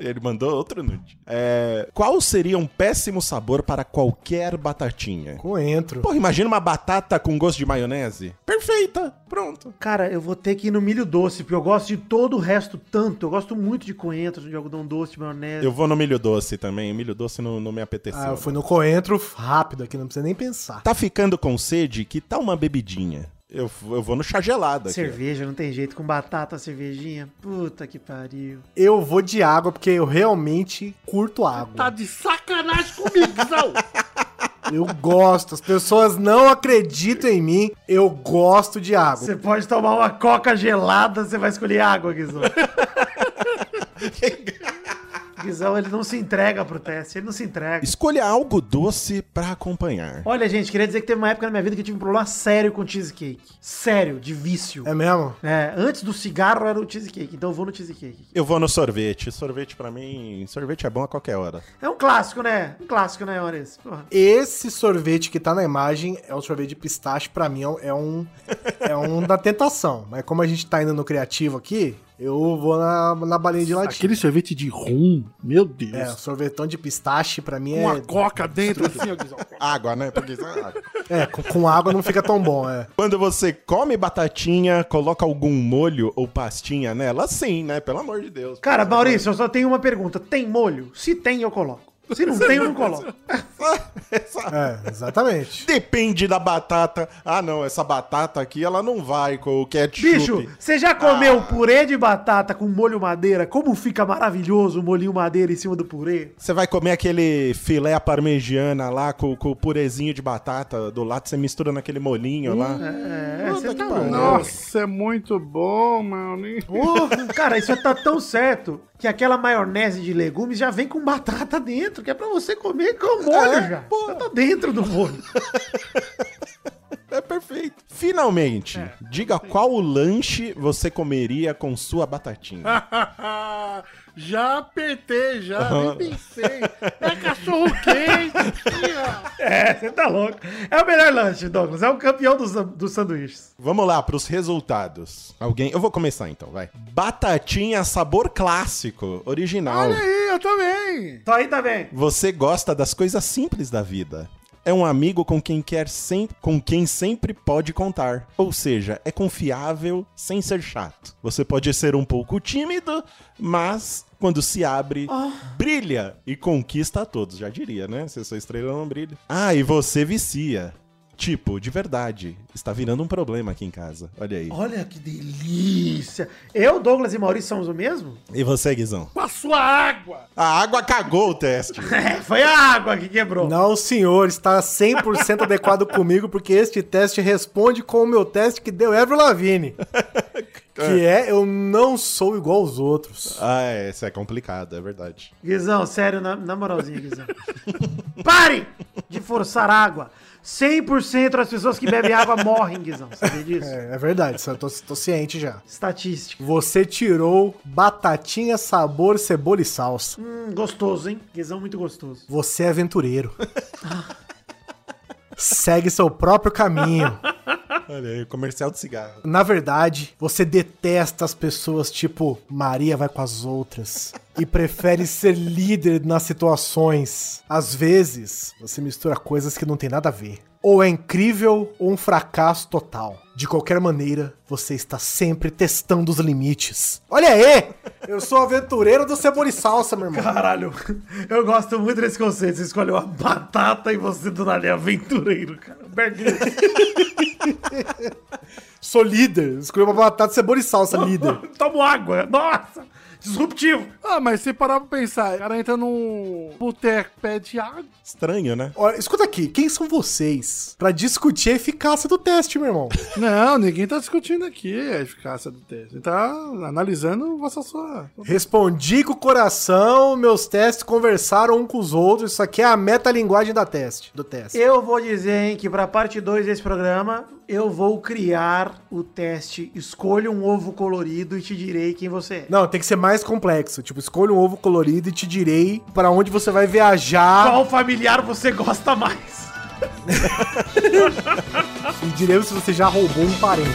Speaker 3: Ele mandou outro nude. É, Qual seria um péssimo sabor para qualquer batatinha?
Speaker 4: Coentro.
Speaker 3: Porra, imagina uma batata com gosto de maionese. Perfeita, pronto.
Speaker 2: Cara, eu vou ter que ir no milho doce, porque eu gosto de todo o resto tanto. Eu gosto muito de coentro, de algodão doce, de maionese.
Speaker 3: Eu vou no milho doce também, o milho doce não, não me apeteceu.
Speaker 4: Ah, eu fui no coentro rápido aqui, não precisa nem pensar.
Speaker 3: Tá ficando com sede? Que tal uma bebidinha? Eu, f- eu vou no chá gelado aqui.
Speaker 2: Cerveja, não tem jeito. Com batata, cervejinha. Puta que pariu.
Speaker 4: Eu vou de água porque eu realmente curto água.
Speaker 5: Tá de sacanagem comigo, Zão!
Speaker 4: <laughs> Eu gosto, as pessoas não acreditam em mim. Eu gosto de água.
Speaker 2: Você pode tomar uma coca gelada, você vai escolher água,
Speaker 3: <laughs>
Speaker 2: Guizão. Guizão, ele não se entrega pro teste, ele não se entrega.
Speaker 3: Escolha algo doce pra acompanhar.
Speaker 2: Olha, gente, queria dizer que teve uma época na minha vida que eu tive um problema sério com cheesecake. Sério, de vício.
Speaker 4: É mesmo?
Speaker 2: É, antes do cigarro era o cheesecake, então eu vou no cheesecake.
Speaker 3: Eu vou no sorvete. Sorvete pra mim, sorvete é bom a qualquer hora.
Speaker 2: É um clássico, né? Um clássico, né, Maurício? Porra.
Speaker 4: Esse sorvete que tá na imagem é o sorvete de pistache, pra mim é um- é um <laughs> é um da tentação. Mas como a gente tá indo no criativo aqui, eu vou na, na balinha de latim.
Speaker 5: Aquele sorvete de rum, meu Deus.
Speaker 4: É, sorvetão de pistache pra mim
Speaker 5: Uma
Speaker 4: é
Speaker 5: coca dentro, assim, ó, Guizão.
Speaker 3: Água, né? Porque isso é
Speaker 4: <laughs>
Speaker 3: água.
Speaker 4: é com, com água não fica tão bom, é.
Speaker 3: Quando você come batatinha, coloca algum molho ou pastinha nela, sim, né? Pelo amor de Deus.
Speaker 2: Cara, Maurício, eu só tenho uma pergunta. Tem molho? Se tem, eu coloco. Se não tem, eu não
Speaker 3: <laughs>
Speaker 2: coloco.
Speaker 3: Essa
Speaker 4: É, exatamente.
Speaker 3: Depende da batata. Ah, não, essa batata aqui, ela não vai com o ketchup.
Speaker 2: Bicho, você já comeu
Speaker 3: Ah.
Speaker 2: purê de batata com molho madeira? Como fica maravilhoso o molhinho madeira em cima do purê?
Speaker 3: Você vai comer aquele filé à parmegiana lá com, com o purezinho de batata do lado, você mistura naquele molinho lá.
Speaker 2: É,
Speaker 3: Puta
Speaker 2: você
Speaker 3: que
Speaker 2: tá
Speaker 3: pariu.
Speaker 2: louco.
Speaker 5: Nossa, é muito bom, Maurinho.
Speaker 2: Porra, cara, isso tá tão certo que aquela maionese de legumes já vem com batata dentro, que é pra você comer com molho
Speaker 3: É,
Speaker 2: já.
Speaker 3: porra.
Speaker 2: Já tá dentro do molho.
Speaker 3: É perfeito. Finalmente,
Speaker 2: É,
Speaker 3: diga qual lanche você comeria com sua batatinha.
Speaker 5: <laughs>
Speaker 2: Ah.
Speaker 5: já apertei, já, nem pensei. É cachorro quente.
Speaker 2: É, você tá louco. É o melhor lanche, Douglas. É o campeão dos, dos sanduíches.
Speaker 3: Vamos lá, pros resultados. Alguém. Eu vou começar então, vai. Batatinha sabor clássico, original.
Speaker 5: Olha aí, eu também.
Speaker 2: Só aí tá bem.
Speaker 3: Você gosta das coisas simples da vida. É um amigo com quem quer sem, com quem sempre pode contar. Ou seja, é confiável sem ser chato. Você pode ser um pouco tímido, mas quando se abre, brilha e conquista a todos. Já diria, né? Se a sua estrela não brilha. Ah, e você vicia. Tipo, de verdade, está virando um problema aqui em casa. Olha aí.
Speaker 2: Olha que delícia! Eu, Douglas e Maurício somos o mesmo?
Speaker 3: E você, Guizão?
Speaker 5: Com a sua água!
Speaker 3: A água cagou o teste.
Speaker 2: É, foi a água que quebrou.
Speaker 4: Não, senhor, está 100% adequado comigo, porque este teste responde com o meu teste que deu Ever Lavigne. que é eu não sou igual aos outros.
Speaker 3: ah, é, isso é complicado, é verdade.
Speaker 2: Guizão, sério, na, na moralzinha, Guizão. <laughs> Pare de forçar água. 100% das pessoas que bebem água morrem, Guizão. Sabia disso?
Speaker 4: É, é verdade, isso eu tô, tô ciente já.
Speaker 2: Estatística.
Speaker 4: Você tirou batatinha, sabor, cebola e salsa.
Speaker 2: Hum, gostoso, hein? Guizão muito gostoso.
Speaker 4: Você é aventureiro. Segue seu próprio caminho.
Speaker 3: Olha aí, comercial de cigarro.
Speaker 4: Na verdade, você detesta as pessoas tipo Maria vai com as outras <laughs> e prefere ser líder nas situações. Às vezes, você mistura coisas que não tem nada a ver. Ou é incrível ou um fracasso total. De qualquer maneira, você está sempre testando os limites. Olha aí! Eu sou aventureiro do cebola e salsa, meu irmão.
Speaker 2: Caralho, <laughs> eu gosto muito desse conceito. Você escolheu a batata e você do nada é aventureiro, cara. Bear Grylls.
Speaker 4: Sou líder. Escolhi uma batata, cebola e salsa, líder.
Speaker 2: <laughs> Tomo água. Nossa, disruptivo.
Speaker 5: Ah, mas se parar pra pensar, o cara entra num boteco, pede água.
Speaker 3: Estranho, né?
Speaker 4: Olha, escuta aqui, quem são vocês pra discutir a eficácia do teste, meu irmão?
Speaker 5: Não, ninguém tá discutindo aqui a eficácia do teste. A gente tá analisando vossa sua.
Speaker 4: Respondi com o coração, meus testes conversaram um com os outros, isso aqui é a metalinguagem da teste, do teste.
Speaker 2: Eu vou dizer, hein, que pra parte 2 desse programa, eu vou criar o teste Escolha um ovo colorido e te direi quem você é.
Speaker 4: Não, tem que ser mais complexo, tipo, escolha um ovo colorido e te direi pra onde você vai viajar
Speaker 2: Qual familiar você gosta mais?
Speaker 4: e direi se você já roubou um parente.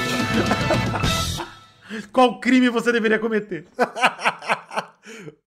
Speaker 2: Qual crime você deveria cometer?